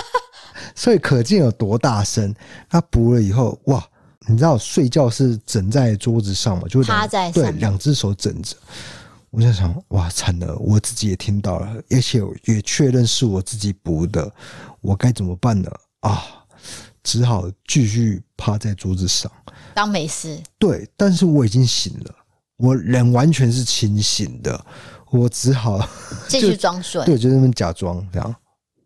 S2: 所以可见有多大声。他补了以后，哇，你知道睡觉是枕在桌子上嘛，就两
S1: 趴在上
S2: 对
S1: 面
S2: 两只手枕着。我在想，哇，惨了，我自己也听到了，而且我也确认是我自己补的，我该怎么办呢？啊，只好继续趴在桌子上。
S1: 当美食
S2: 对，但是我已经醒了，我人完全是清醒的，我只好
S1: 继续装睡，
S2: 对，就在那边假装这样。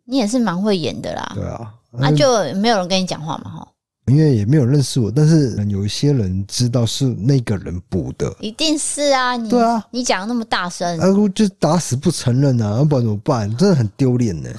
S1: 你也是蛮会演的啦。
S2: 对啊，
S1: 那就没有人跟你讲话嘛，哈，
S2: 因为也没有认识我，但是有一些人知道是那个人补的，
S1: 一定是啊，你
S2: 对啊
S1: 你讲得那么大声，
S2: 啊，我就打死不承认啊，要不然怎么办？真的很丢脸呢，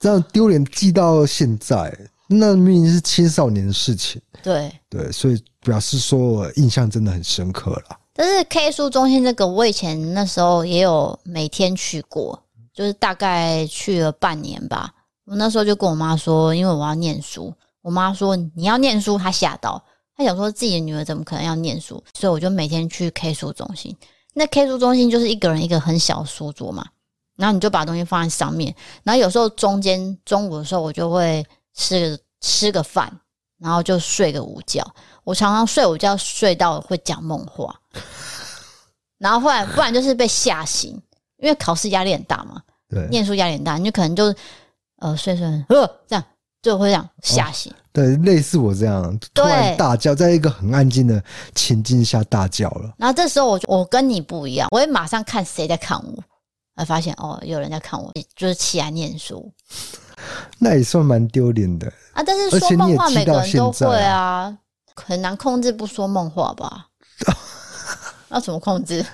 S2: 这样丢脸记到现在，那明明是青少年的事情，
S1: 对。
S2: 对，所以表示说我印象真的很深刻了。
S1: 但是 K 书中心这个，我以前那时候也有每天去过，就是大概去了半年吧。我那时候就跟我妈说，因为我要念书，我妈说你要念书，她吓到，她想说自己的女儿怎么可能要念书，所以我就每天去 K 书中心。那 K 书中心就是一个人一个很小的书桌嘛，然后你就把东西放在上面，然后有时候中间中午的时候我就会吃吃个饭，然后就睡个午觉。我常常睡午觉睡到会讲梦话，然后后来不然就是被吓醒，因为考试压力很大嘛，
S2: 对
S1: 念书压力很大，你就可能就呃睡睡 呃这样就会这样吓醒。
S2: 对，类似我这样突然
S1: 对
S2: 大叫，在一个很安静的情境下大叫了。
S1: 然后这时候我就我跟你不一样，我会马上看谁在看我，才发现哦有人在看我，就是起来念书
S2: 那也算蛮丢脸的，
S1: 啊。但
S2: 而
S1: 是
S2: 且
S1: 说
S2: 你也
S1: 梦话
S2: 记
S1: 每个
S2: 到
S1: 人都
S2: 现在
S1: 会啊，很难控制不说梦话吧？要怎么控 制？
S2: 啊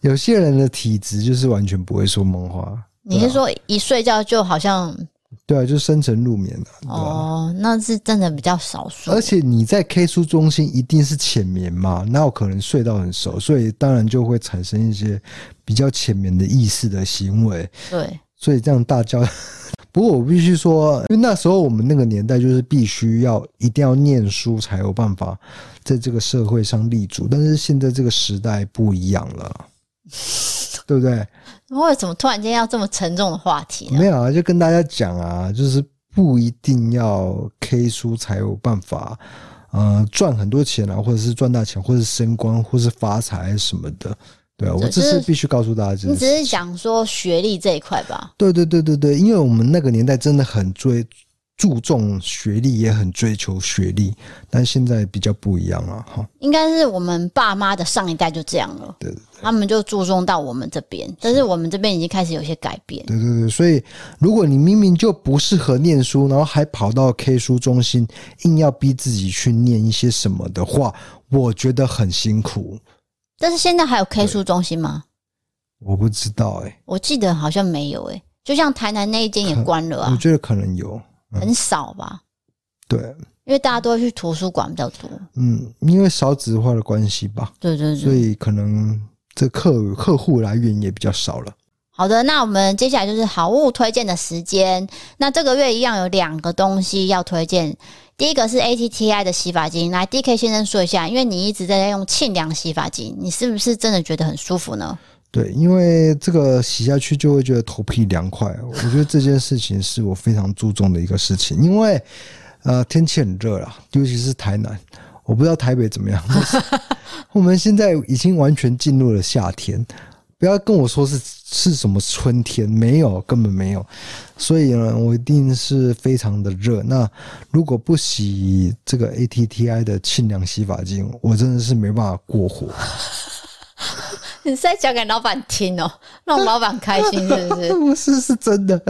S2: 有些人的体质就是完全不会说梦话，
S1: 你是说一睡觉就好像、
S2: 对啊，就深沉入眠啊，对吧、
S1: 哦，那是真的比较少数，
S2: 而且你在 K 书中心一定是浅眠嘛，那有可能睡到很熟，所以当然就会产生一些比较浅眠的意识的行为，
S1: 对
S2: 所以这样大叫。不过我必须说，因为那时候我们那个年代就是必须要一定要念书才有办法在这个社会上立足，但是现在这个时代不一样了，对不对？
S1: 为什么突然间要这么沉重的话题呢？
S2: 没有啊，就跟大家讲啊，就是不一定要 K 书才有办法，呃，赚很多钱啊，或者是赚大钱，或是升官，或是发财什么的。对啊，我
S1: 对
S2: 这
S1: 就是
S2: 是必须告诉大家这件事情。
S1: 你只是讲说学历这一块吧？
S2: 对对对对对，因为我们那个年代真的很追注重学历，也很追求学历，但现在比较不一样了、哈。
S1: 应该是我们爸妈的上一代就这样了，
S2: 对对
S1: 他们就注重到我们这边，但是我们这边已经开始有些改变。
S2: 对对对，所以如果你明明就不适合念书，然后还跑到 K 书中心，硬要逼自己去念一些什么的话，我觉得很辛苦。
S1: 但是现在还有 K 书中心吗？
S2: 我不知道哎、
S1: 我记得好像没有诶、就像台南那一间也关了
S2: 我
S1: 啊，
S2: 觉得可能有。
S1: 很少吧，
S2: 对，
S1: 因为大家都会去图书馆比较多。
S2: 嗯，因为少子化的关系吧，
S1: 对对
S2: 所
S1: 对，
S2: 以可能这客客户来源也比较少了。
S1: 好的，那我们接下来就是好物推荐的时间。那这个月一样有两个东西要推荐，第一个是 ATTI 的洗发精，来 DK 先生说一下，因为你一直在用沁凉洗发精，你是不是真的觉得很舒服呢？
S2: 对，因为这个洗下去就会觉得头皮凉快。我觉得这件事情是我非常注重的一个事情，因为呃天气很热啦，尤其是台南，我不知道台北怎么样。但是我们现在已经完全进入了夏天，不要跟我说是是什么春天，没有，根本没有。所以呢，我一定是非常的热。那如果不洗这个 ATTI 的沁凉洗发精，我真的是没办法过火。
S1: 你是在讲给老板听哦，让老板开心是不是？
S2: 不是是真的，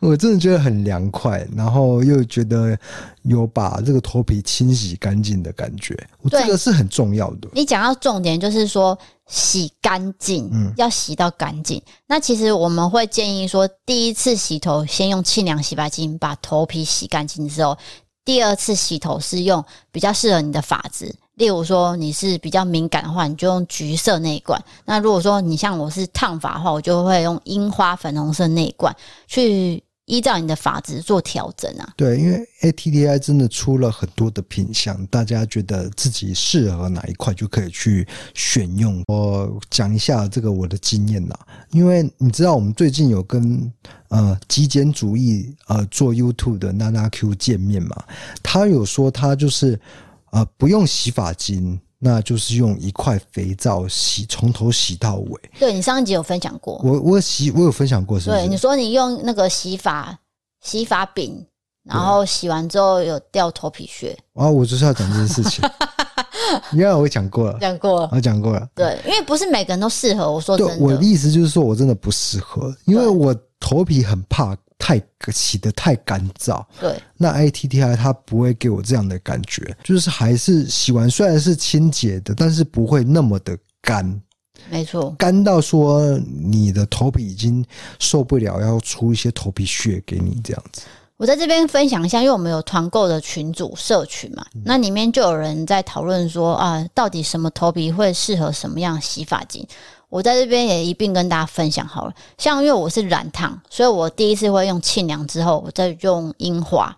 S2: 我真的觉得很凉快，然后又觉得有把这个头皮清洗干净的感觉，我
S1: 对
S2: 这个是很重要的。
S1: 你讲到重点就是说洗干净，要洗到干净。那其实我们会建议说，第一次洗头先用沁凉洗发精把头皮洗干净之后，第二次洗头是用比较适合你的发质。例如说你是比较敏感的话，你就用橘色那一罐；那如果说你像我是烫发的话，我就会用樱花粉红色那一罐，去依照你的发质做调整啊。
S2: 对，因为 ATDI 真的出了很多的品相，大家觉得自己适合哪一块就可以去选用。我讲一下这个我的经验啦，因为你知道我们最近有跟呃极简主义呃做 YouTube 的娜娜 Q 见面嘛，他有说他就是呃不用洗发精，那就是用一块肥皂洗从头洗到尾。
S1: 对你上一集有分享过，
S2: 我我洗我有分享过是不
S1: 对，你
S2: 是？
S1: 说你用那个洗发洗发饼，然后洗完之后有掉头皮屑，
S2: 啊，我就是要讲这件事 情，因为我讲过了，
S1: 讲过了。
S2: 我讲过了。
S1: 对，因为不是每个人都适合。我说哦真
S2: 对，我的
S1: 的，
S2: 意思就是说我真的不适合，因为
S1: 对
S2: 我头皮很怕太洗的太干燥。
S1: 对
S2: 那 ATTI 它不会给我这样的感觉，就是还是洗完虽然是清洁的，但是不会那么的干，
S1: 没错，
S2: 干到说你的头皮已经受不了，要出一些头皮屑给你这样子。
S1: 我在这边分享一下，因为我们有团购的群组社群嘛，
S2: 嗯
S1: 那里面就有人在讨论说啊，到底什么头皮会适合什么样的洗发精？我在这边也一并跟大家分享好了。像因为我是染烫，所以我第一次会用沁凉，之后我再用樱花。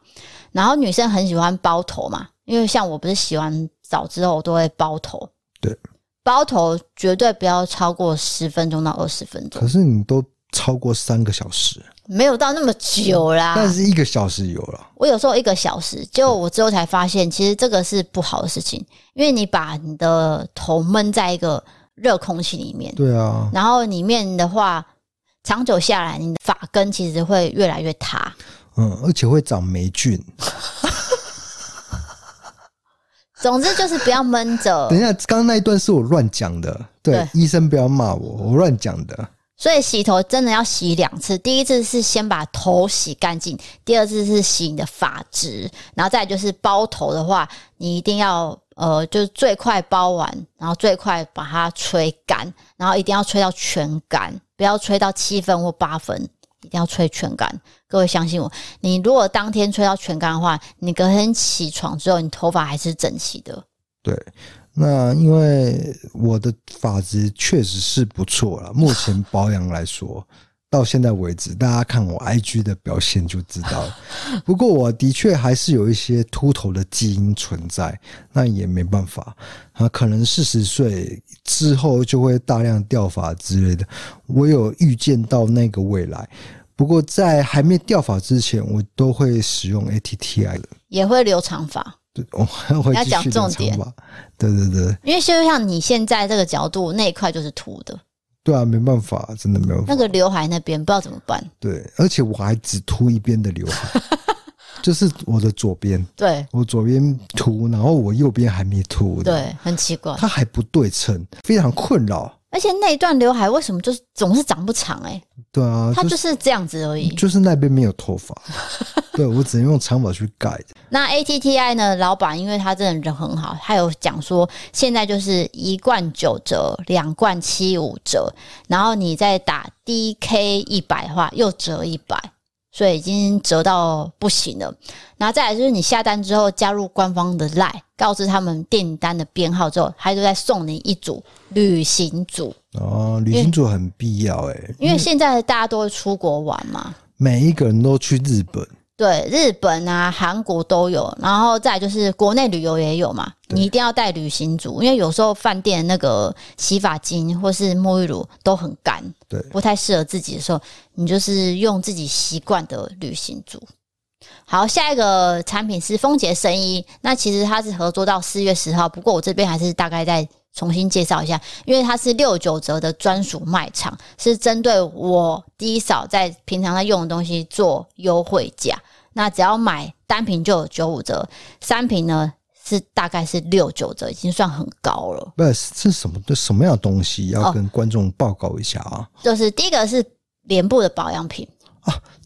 S1: 然后女生很喜欢包头嘛，因为像我不是洗完澡之后我都会包头，
S2: 对，
S1: 包头绝对不要超过十分钟到二十分钟
S2: 可，是你都超过三个小时，
S1: 没有到那么久啦。
S2: 但是一个小时有了，
S1: 我有时候一个小时，结果我之后才发现，其实这个是不好的事情，因为你把你的头闷在一个热空气里面，
S2: 对啊，
S1: 然后里面的话，长久下来，你的发根其实会越来越塌。
S2: 嗯，而且会长霉菌。
S1: 总之就是不要闷着
S2: 等一，下，刚刚那一段是我乱讲的，对，
S1: 对
S2: 医生不要骂我，我乱讲的。
S1: 所以洗头真的要洗两次，第一次是先把头洗干净，第二次是洗你的发质，然后再来就是包头的话，你一定要呃，就是最快包完，然后最快把它吹干，然后一定要吹到全干，不要吹到七分或八分，一定要吹全干。各位相信我，你如果当天吹到全干的话，你隔天起床之后，你头发还是整齐的。
S2: 对，那因为我的发质确实是不错了，目前保养来说，到现在为止，大家看我 IG 的表现就知道了。不过我的确还是有一些秃头的基因存在，那也没办法啊，可能四十岁之后就会大量掉发之类的。我有预见到那个未来。不过在还没掉发之前，我都会使用 ATTI 的，
S1: 也会留长发，
S2: 对，我还会
S1: 要
S2: 继
S1: 讲
S2: 续留
S1: 重
S2: 长
S1: 点
S2: 发。对对对，
S1: 因为就像你现在这个角度那一块就是秃的，
S2: 对啊，没办法，真的没有办法。
S1: 那个刘海那边不知道怎么办。
S2: 对，而且我还只秃一边的 刘海，就是我的左边，
S1: 对
S2: 我左边秃，然后我右边还没秃。，
S1: 对，很奇怪。
S2: 它还不对称，非常困扰。
S1: 而且那一段刘海为什么就是总是长不长、欸？
S2: 对啊，
S1: 它
S2: 就
S1: 就是是这样子而已。
S2: 就是那边没有头发，对我只能用长发去盖。
S1: 那 ATTI 呢？老板因为他真的人很好，他有讲说现在就是一罐九折，两罐七五折，然后你再打 DK 一百的话又折一百，所以已经折到不行了。然后再来就是你下单之后加入官方的 LINE，告知他们订单的编号之后，他就再送你一组旅行组，
S2: 哦，旅行组很必要诶、
S1: 因为现在大家都会出国玩嘛。
S2: 每一个人都去日本，
S1: 对，日本啊、韩国都有，然后再来就是国内旅游也有嘛。你一定要带旅行组，因为有时候饭店那个洗发精或是沐浴乳都很干，
S2: 对
S1: 不太适合自己的时候，你就是用自己习惯的旅行组。好，下一个产品是丰杰生衣，那其实它是合作到四月十号，不过我这边还是大概再重新介绍一下，因为它是六九折的专属卖场，是针对我低嫂在平常在用的东西做优惠价。那只要买单瓶就有九五折，三瓶呢是大概是六九折，已经算很高了。
S2: 不是是什么什么样的东西要
S1: 哦
S2: 跟观众报告一下啊？
S1: 就是第一个是脸部的保养品，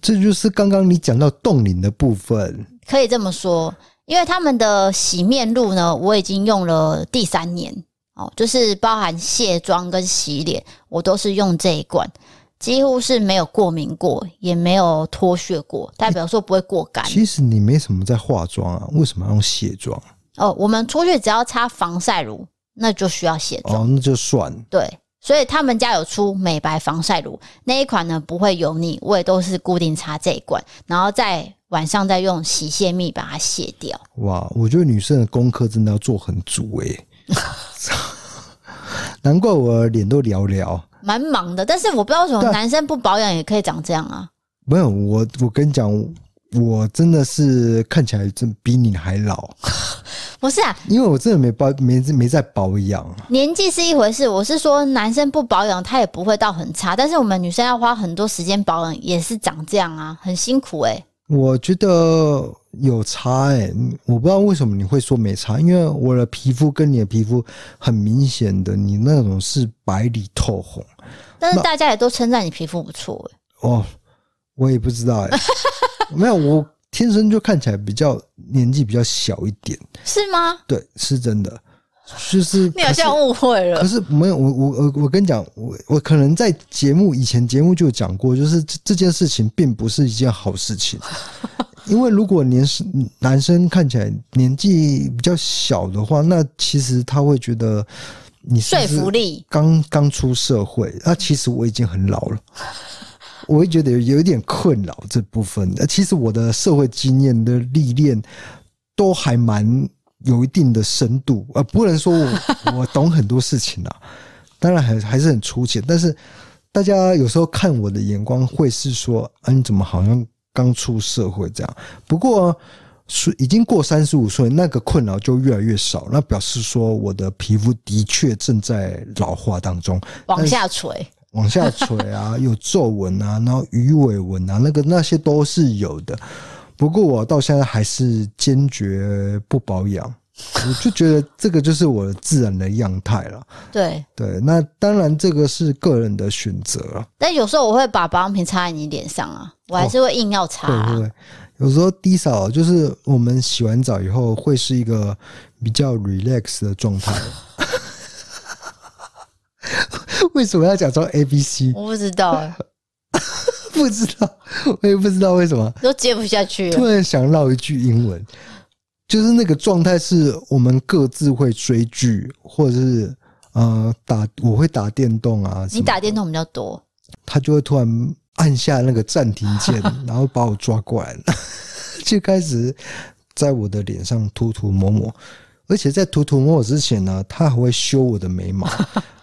S2: 这就是刚刚你讲到冻龄的部分，
S1: 可以这么说，因为他们的洗面露呢，我已经用了第三年哦，就是包含卸妆跟洗脸，我都是用这一罐，几乎是没有过敏过，也没有脱屑过，代表说不会过干。
S2: 其实你没什么在化妆啊，为什么要用卸妆？
S1: 哦，我们出去只要擦防晒乳，那就需要卸妆。
S2: 哦，那就算
S1: 对，所以他们家有出美白防晒乳那一款呢，不会油腻，我也都是固定擦这一罐，然后再晚上再用洗卸蜜把它卸掉。
S2: 哇！我觉得女生的功课真的要做很足诶、 难怪我脸都聊聊。
S1: 蛮忙的，但是我不知道为什么
S2: 对
S1: 男生不保养也可以长这样啊。
S2: 没有我，我跟你讲，我真的是看起来真比你还老，
S1: 不是啊，
S2: 因为我真的没保没没在保养。
S1: 年纪是一回事，我是说男生不保养他也不会到很差，但是我们女生要花很多时间保养，也是长这样啊，很辛苦诶、
S2: 我觉得有差诶、我不知道为什么你会说没差，因为我的皮肤跟你的皮肤很明显的，你那种是白里透红。
S1: 但是大家也都称赞你皮肤不错、欸，
S2: 哦，我也不知道 哎、没有，我天生就看起来比较年纪比较小一点，
S1: 是吗？
S2: 对，是真的，就是
S1: 你好像
S2: 可是
S1: 误会了
S2: 可。是没有，我我我我跟你讲，我我可能在节目以前节目就有讲过，就是这这件事情并不是一件好事 情，因为如果年是男生看起来年纪比较小的话，那其实他会觉得你是不
S1: 说
S2: 是
S1: 服力
S2: 刚刚出社会，那、其实我已经很老了，我会觉得有有一点困扰这部分。那、其实我的社会经验的历练都还蛮有一定的深度，呃，不能说我 我懂很多事情啊，当然还还是很粗浅，但是大家有时候看我的眼光会是说，啊，你怎么好像刚出社会这样？不过、是已经过三十五岁，那个困扰就越来越少，那表示说我的皮肤的确正在老化当中，
S1: 往下垂，
S2: 往下垂啊，有皱纹啊，然后鱼尾纹啊，那个那些都是有的。不过我到现在还是坚决不保养，我就觉得这个就是我的自然的样态了。
S1: 对，
S2: 对，那当然这个是个人的选择啊了，
S1: 但有时候我会把保养品擦在你脸上啊，我还是会硬要擦、
S2: 哦对
S1: 啊
S2: 不对？有时候低扫就是我们洗完澡以后会是一个比较 relax 的状态。 为什么要假装 A B C？
S1: 我不知道、 欸，
S2: 不知道，我也不知道为什么。
S1: 都接不下去
S2: 突
S1: 了。
S2: 然想绕一句英文，就是那个状态是我们各自会追剧，或者是呃打，我会打电动啊。
S1: 你打电，动比较多，
S2: 他就会突然按下那个暂停 键，然后把我抓过来， 就开始在我的脸上涂涂抹抹。而且在涂涂抹抹之前呢，他还会修我的 眉毛。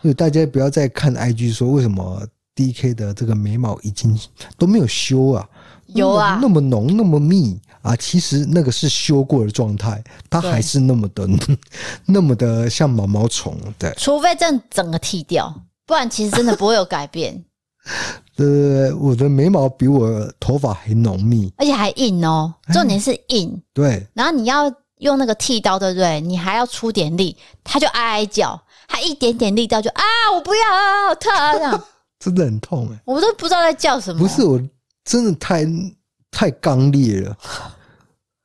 S2: 所以大家不要再看 IG 说为什么 DK 的这个眉毛已经都没有修啊，
S1: 有啊
S2: 那么那么浓那么密啊，其实那个是修过的状态，它
S1: 对
S2: 还是那么的 那么的像毛毛虫，对。
S1: 除非这整个剃掉，不然其实真的不会有改变，
S2: 呃，我的眉毛比我头发还浓密，
S1: 而且还硬哦。
S2: 哎
S1: 重点是硬，
S2: 对，
S1: 然后你要用那个剃刀，对不对？你还要出点力，它就哀哀叫，它一点点力道就啊，我不要啊，好痛啊！这样
S2: 真的很痛哎、
S1: 我都不知道在叫什么。
S2: 不是，我真的太太刚 烈了，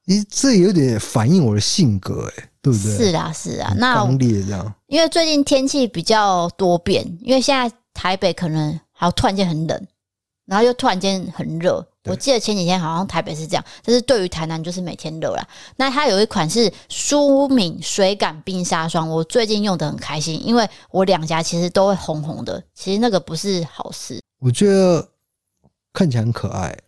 S2: 你这有点反映我的性格哎、对不对？
S1: 是啦，是啦。
S2: 很
S1: 那
S2: 刚烈这样，
S1: 因为最近天气比较多变，因为现在台北可能好突然间很冷，然后又突然间很热。
S2: 对
S1: 我记得前几天好像台北是这样，但是对于台南就是每天热啦。那它有一款是舒敏水感冰沙霜，我最近用的很开心，因为我两颊其实都会红红的，其实那个不是好事。
S2: 我觉得看起来很可爱，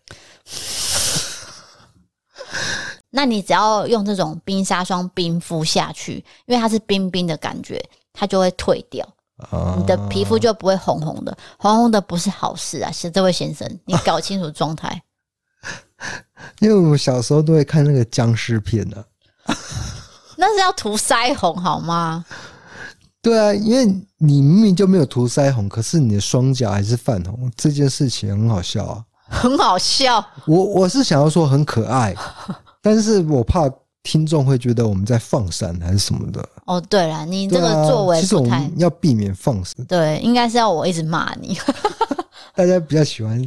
S1: 那你只要用这种冰沙霜冰敷下去，因为它是冰冰的感觉，它就会退掉。
S2: 啊
S1: 你的皮肤就不会红红的，红红的不是好事啊！是这位先 生，你搞清楚状态。
S2: 因为我小时候都会看那个僵尸片啊的、
S1: 那是要涂腮红好吗？
S2: 对啊，因为你明明就没有涂腮红，可是你的双颊还是泛红，这件事情很好笑啊。
S1: 很好笑，
S2: 我我是想要说很可 爱，但是我怕听众会觉得我们在放闪还是什么的。
S1: 哦。对了，你这
S2: 对
S1: 个
S2: 啊
S1: 作为
S2: 其实我
S1: 不太、
S2: 们要避免放闪，
S1: 对，应该是要我一直骂你。
S2: 大家比较喜欢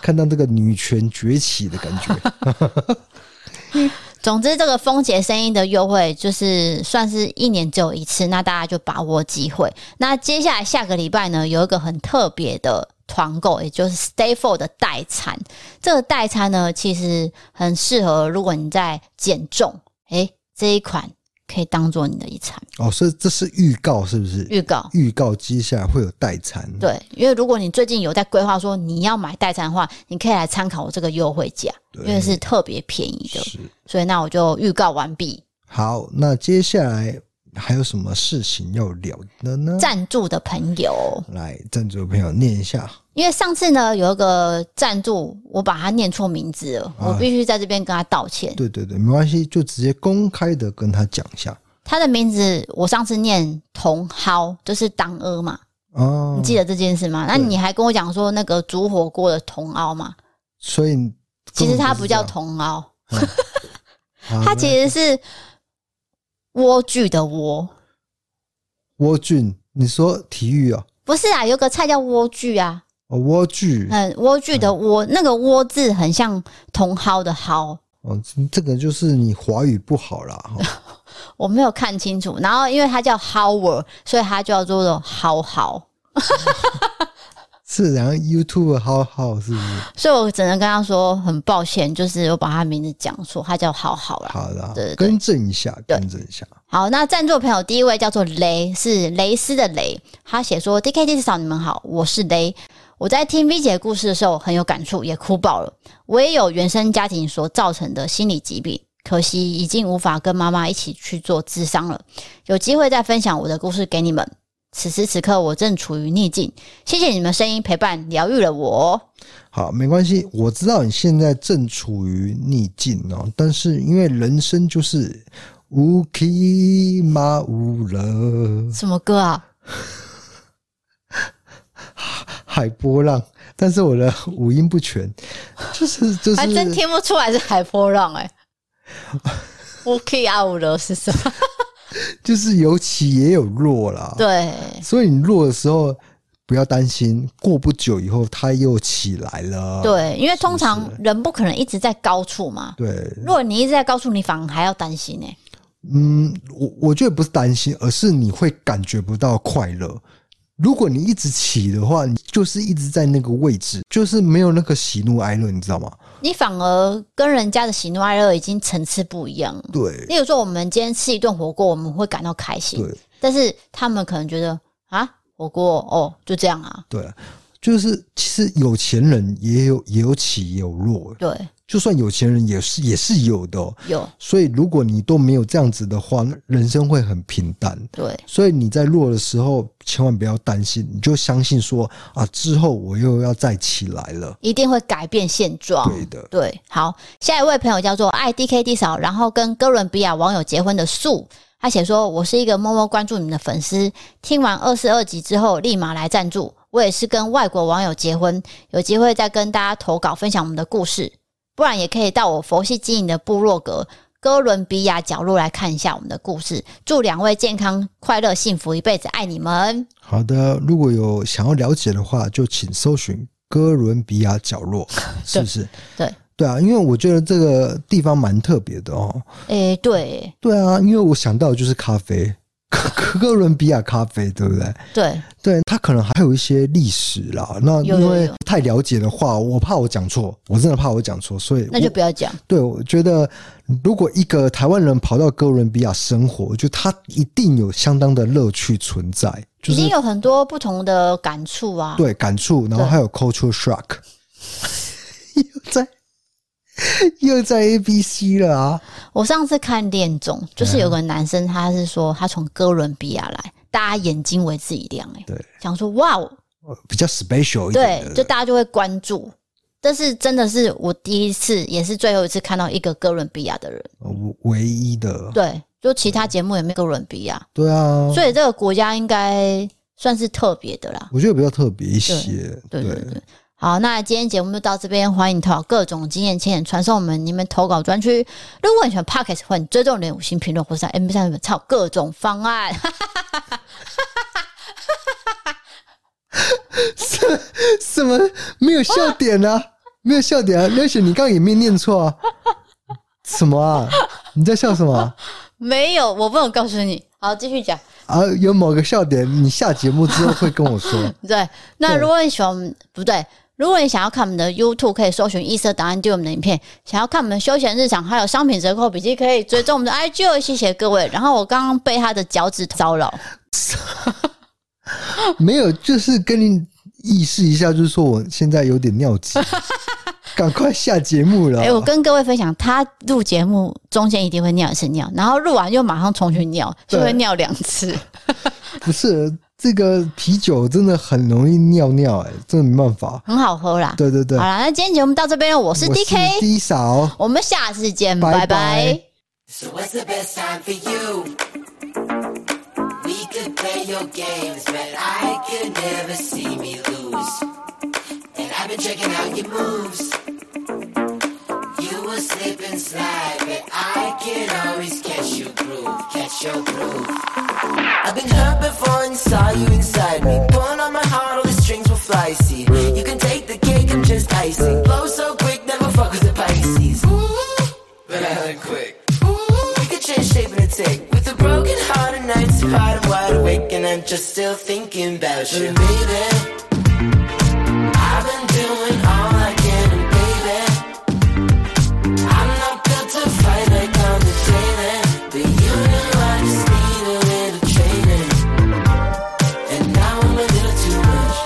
S2: 看到这个女权崛起的感 觉。
S1: 总之，这个丰杰生意的优惠就是算是一年只有一次，那大家就把握机会。那接下来下个礼拜呢，有一个很特别的团购，也就是 Stay For 的代餐。这个代餐呢，其实很适合如果你在减重，诶、这一款可以当做你的一餐
S2: 哦，所以这是预告，是不是？
S1: 预告。
S2: 预告接下来会有代餐，，
S1: 对，因为如果你最近有在规划说你要买代餐的话，你可以来参考我这个优惠价，因
S2: 对
S1: 为是特别便宜的。
S2: 是。
S1: 所以那我就预告完毕。
S2: 好，那接下来还有什么事情要聊的呢？
S1: 赞助的朋友，
S2: 来，赞助的朋友念一下。
S1: 因为上次呢有一个赞助，我把他念错名字了，
S2: 啊
S1: 我必须在这边跟他道歉。
S2: 对对对，没关系，就直接公开的跟他讲一下。
S1: 他的名字我上次念茼蒿，就是当阿嘛，
S2: 哦，
S1: 你记得这件事吗？那
S2: 对
S1: 你还跟我讲说那个煮火锅的茼蒿嘛，
S2: 所以你
S1: 其实
S2: 根本
S1: 它
S2: 是
S1: 不叫
S2: 这样，
S1: 茼蒿，
S2: 嗯 它啊
S1: 它其实是莴苣的莴，
S2: 莴苣，你说体育啊，
S1: 不是啊，有个菜叫莴苣啊，
S2: 哦，莴苣，
S1: 嗯，莴苣的莴，那个莴字很像茼蒿的蒿，
S2: 哦，这个就是你华语不好啦，哦
S1: 我没有看清楚。然后因为它叫 Howard，所以它叫做做豪豪，
S2: 是然后 YouTube 好好是不是？
S1: 所以我只能跟他说很抱歉，就是我把他名字讲错，他叫豪豪啦。
S2: 好啦
S1: 对对，对
S2: 更正一下，
S1: 对
S2: 更正一下，
S1: 好，那赞助朋友第一位叫做雷，是蕾丝的雷，他写说 “D K D 嫂你们好，我是雷。我在听 V 姐的故事的时候很有感触，也哭爆了。我也有原生家庭所造成的心理疾病，可惜已经无法跟妈妈一起去做咨商了。有机会再分享我的故事给你们。此时此刻，我正处于逆境，谢谢你们声音陪伴，疗愈了我哦。
S2: 好，没关系，我知道你现在正处于逆境哦，但是因为人生就是无期马无了，
S1: 什么歌啊？
S2: 海波浪，但是我的五音不全， 就是就是
S1: 还 真听不出来是海波浪哎、欸。乌 k 阿五的是什么？
S2: 就是尤其也有弱啦。，
S1: 对，
S2: 所以你弱的时候不要担心，过不久以后它又起来了。
S1: 对，因为通常人不可能一直在高处嘛。
S2: 对，
S1: 如果你一直在高处，你反而还要担心欸呢、
S2: 嗯，我我觉得不是担心，而是你会感觉不到快乐。如果你一直起的话，你就是一直在那个位置，就是没有那个喜怒哀乐，你知道吗？
S1: 你反而跟人家的喜怒哀乐已经层次不一样了。
S2: 对
S1: 例如说，我们今天吃一顿火锅，我们会感到开心，
S2: 对
S1: 但是他们可能觉得啊，火锅哦就这样啊，
S2: 对，就是其实有钱人也有也有起也有落，
S1: 对，
S2: 就算有钱人也是也是有的哦、
S1: 有
S2: 所以如果你都没有这样子的话，那人生会很平淡。
S1: 对
S2: 所以你在弱的时候，千万不要担心，你就相信说啊，之后我又要再起来了。
S1: 一定会改变现状。
S2: 对的，
S1: 对，好，下一位朋友叫做爱 D K D 嫂，然后跟哥伦比亚网友结婚的素，他写说：“我是一个默默关注你们的粉丝，听完二十二集之后立马来赞助。我也是跟外国网友结婚，有机会再跟大家投稿分享我们的故事，不然也可以到我佛系经营的部落格。”哥伦比亚角落来看一下我们的故事，祝两位健康、快乐、幸福一辈子，爱你们！
S2: 好的，如果有想要了解的话，就请搜寻哥伦比亚角 落，是不是？
S1: 对
S2: 对啊，因为我觉得这个地方蛮特别的哦。
S1: 诶、对
S2: 对啊，因为我想到的就是咖啡， 哥哥伦比亚咖啡，对不对？
S1: 对，
S2: 对，它可能还有一些历史啦。那
S1: 有有
S2: 因为
S1: 有
S2: 太了解的话，我怕我讲错，我真的怕我讲错，所以
S1: 那就
S2: 我
S1: 不要讲。
S2: 对，我觉得如果一个台湾人跑到哥伦比亚生活，我觉得他一定有相当的乐趣存在，就
S1: 已经
S2: 是
S1: 有很多不同的感触啊。
S2: 对感触，然后
S1: 对
S2: 还有 culture shock，又在又在 A B C 了啊！
S1: 我上次看恋综，就是有个男生，他是说他从哥伦比亚来，大家眼睛为之一亮、欸，
S2: 对
S1: 想说哇哦，
S2: 呃比较 special 一点
S1: 对
S2: 的，，
S1: 就大家就会关注。但是真的是我第一次，也是最后一次看到一个哥伦比亚的人，
S2: 呃唯一的，
S1: 对，就其他节目也没有哥伦比亚，
S2: 对啊，
S1: 所以这个国家应该算是特别的啦。
S2: 我觉得比较特别一些，
S1: 对对对。好，那今天节目就到这边，欢迎投稿各种经验、经验传送我们你们投稿专区。如果你喜欢 Podcast，欢迎追踪连五星评论或是 M 三操各种方案。
S2: 什么没有笑点啊？没有笑点啊！而且你刚刚也没念错啊！什么啊？你在笑什么啊？
S1: 没有，我不能告诉你。好，继续讲。
S2: 啊，有某个笑点，你下节目之后会跟我说。
S1: 对，那如果你喜欢我们，不对，如果你想要看我们的 YouTube，可以搜寻“异色档案”对我们的影片；想要看我们休闲日常，还有商品折扣笔记，可以追踪我们的 IG 哦。谢谢各位。然后我刚刚被他的脚趾骚扰，
S2: 没有，就是跟你意识一下，就是说我现在有点尿 急，赶快下节目了。
S1: 哎、我跟各位分享，他录节目中间一定会尿一次尿，然后录完又马上重新尿，
S2: 对
S1: 就会尿两次。
S2: 不是这个啤酒真的很容易尿尿、哎，真的没办法。
S1: 很好喝啦。
S2: 对对对，
S1: 好啦，那今天节目到这边了，我是
S2: 我
S1: DK，
S2: 低嫂。
S1: 我们下次见，
S2: 拜
S1: 拜
S2: 拜
S1: 拜
S3: So what's the best time for you? We could play your games, but I could never see me lose. And I've been checking out your moves. You will slip and slide, but I can always catch your groove, catch your groove. I've been hurt before and saw you inside me. Pulling on my heart, all the strings were see You can take the cake, I'm just icing. Blow so quick, never fuck with the Pisces. Ooh, but I look quick. Ooh, we could change shape in a tick. With a broken heart and nights apart, I'm wide awake and I'm just still thinking about you, baby. I've been doing all I can, and baby, I'm not built to fight like I'm the trainer, but you know I just need a little training, and now I'm a little too much.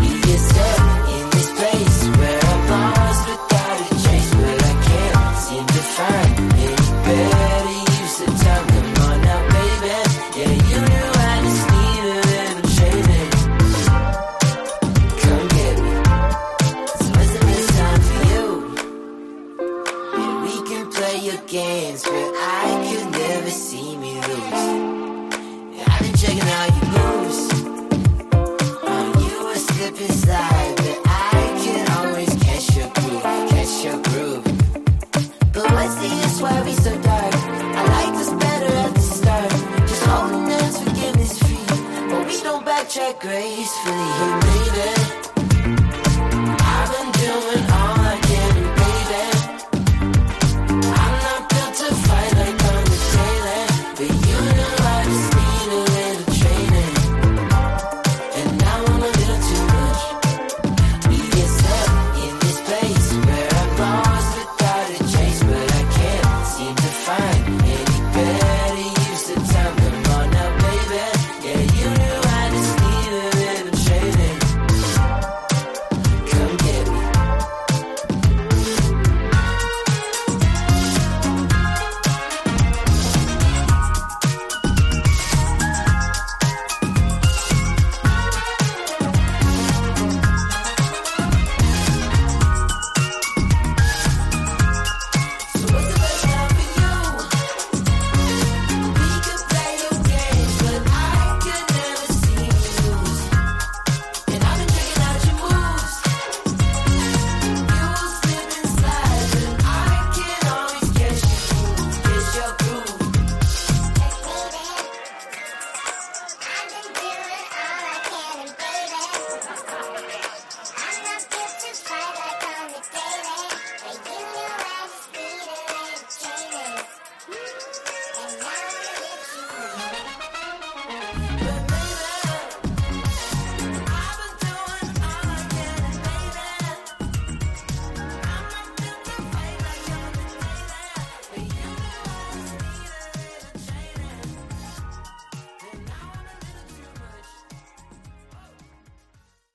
S3: We get stuck in this place where I'm lost without a trace, but I can't seem to find any better use of time. Come on now, baby, yeah, you know I just need a little training. Come get me. So what's the best time for you? We can play your games, but I could never see me lose. And I've been checking out your moves. Oh, you a slip and slide, but I can always catch your groove, catch your groove. But what's the use? Why we so dark? I like this better at the start. gracefully.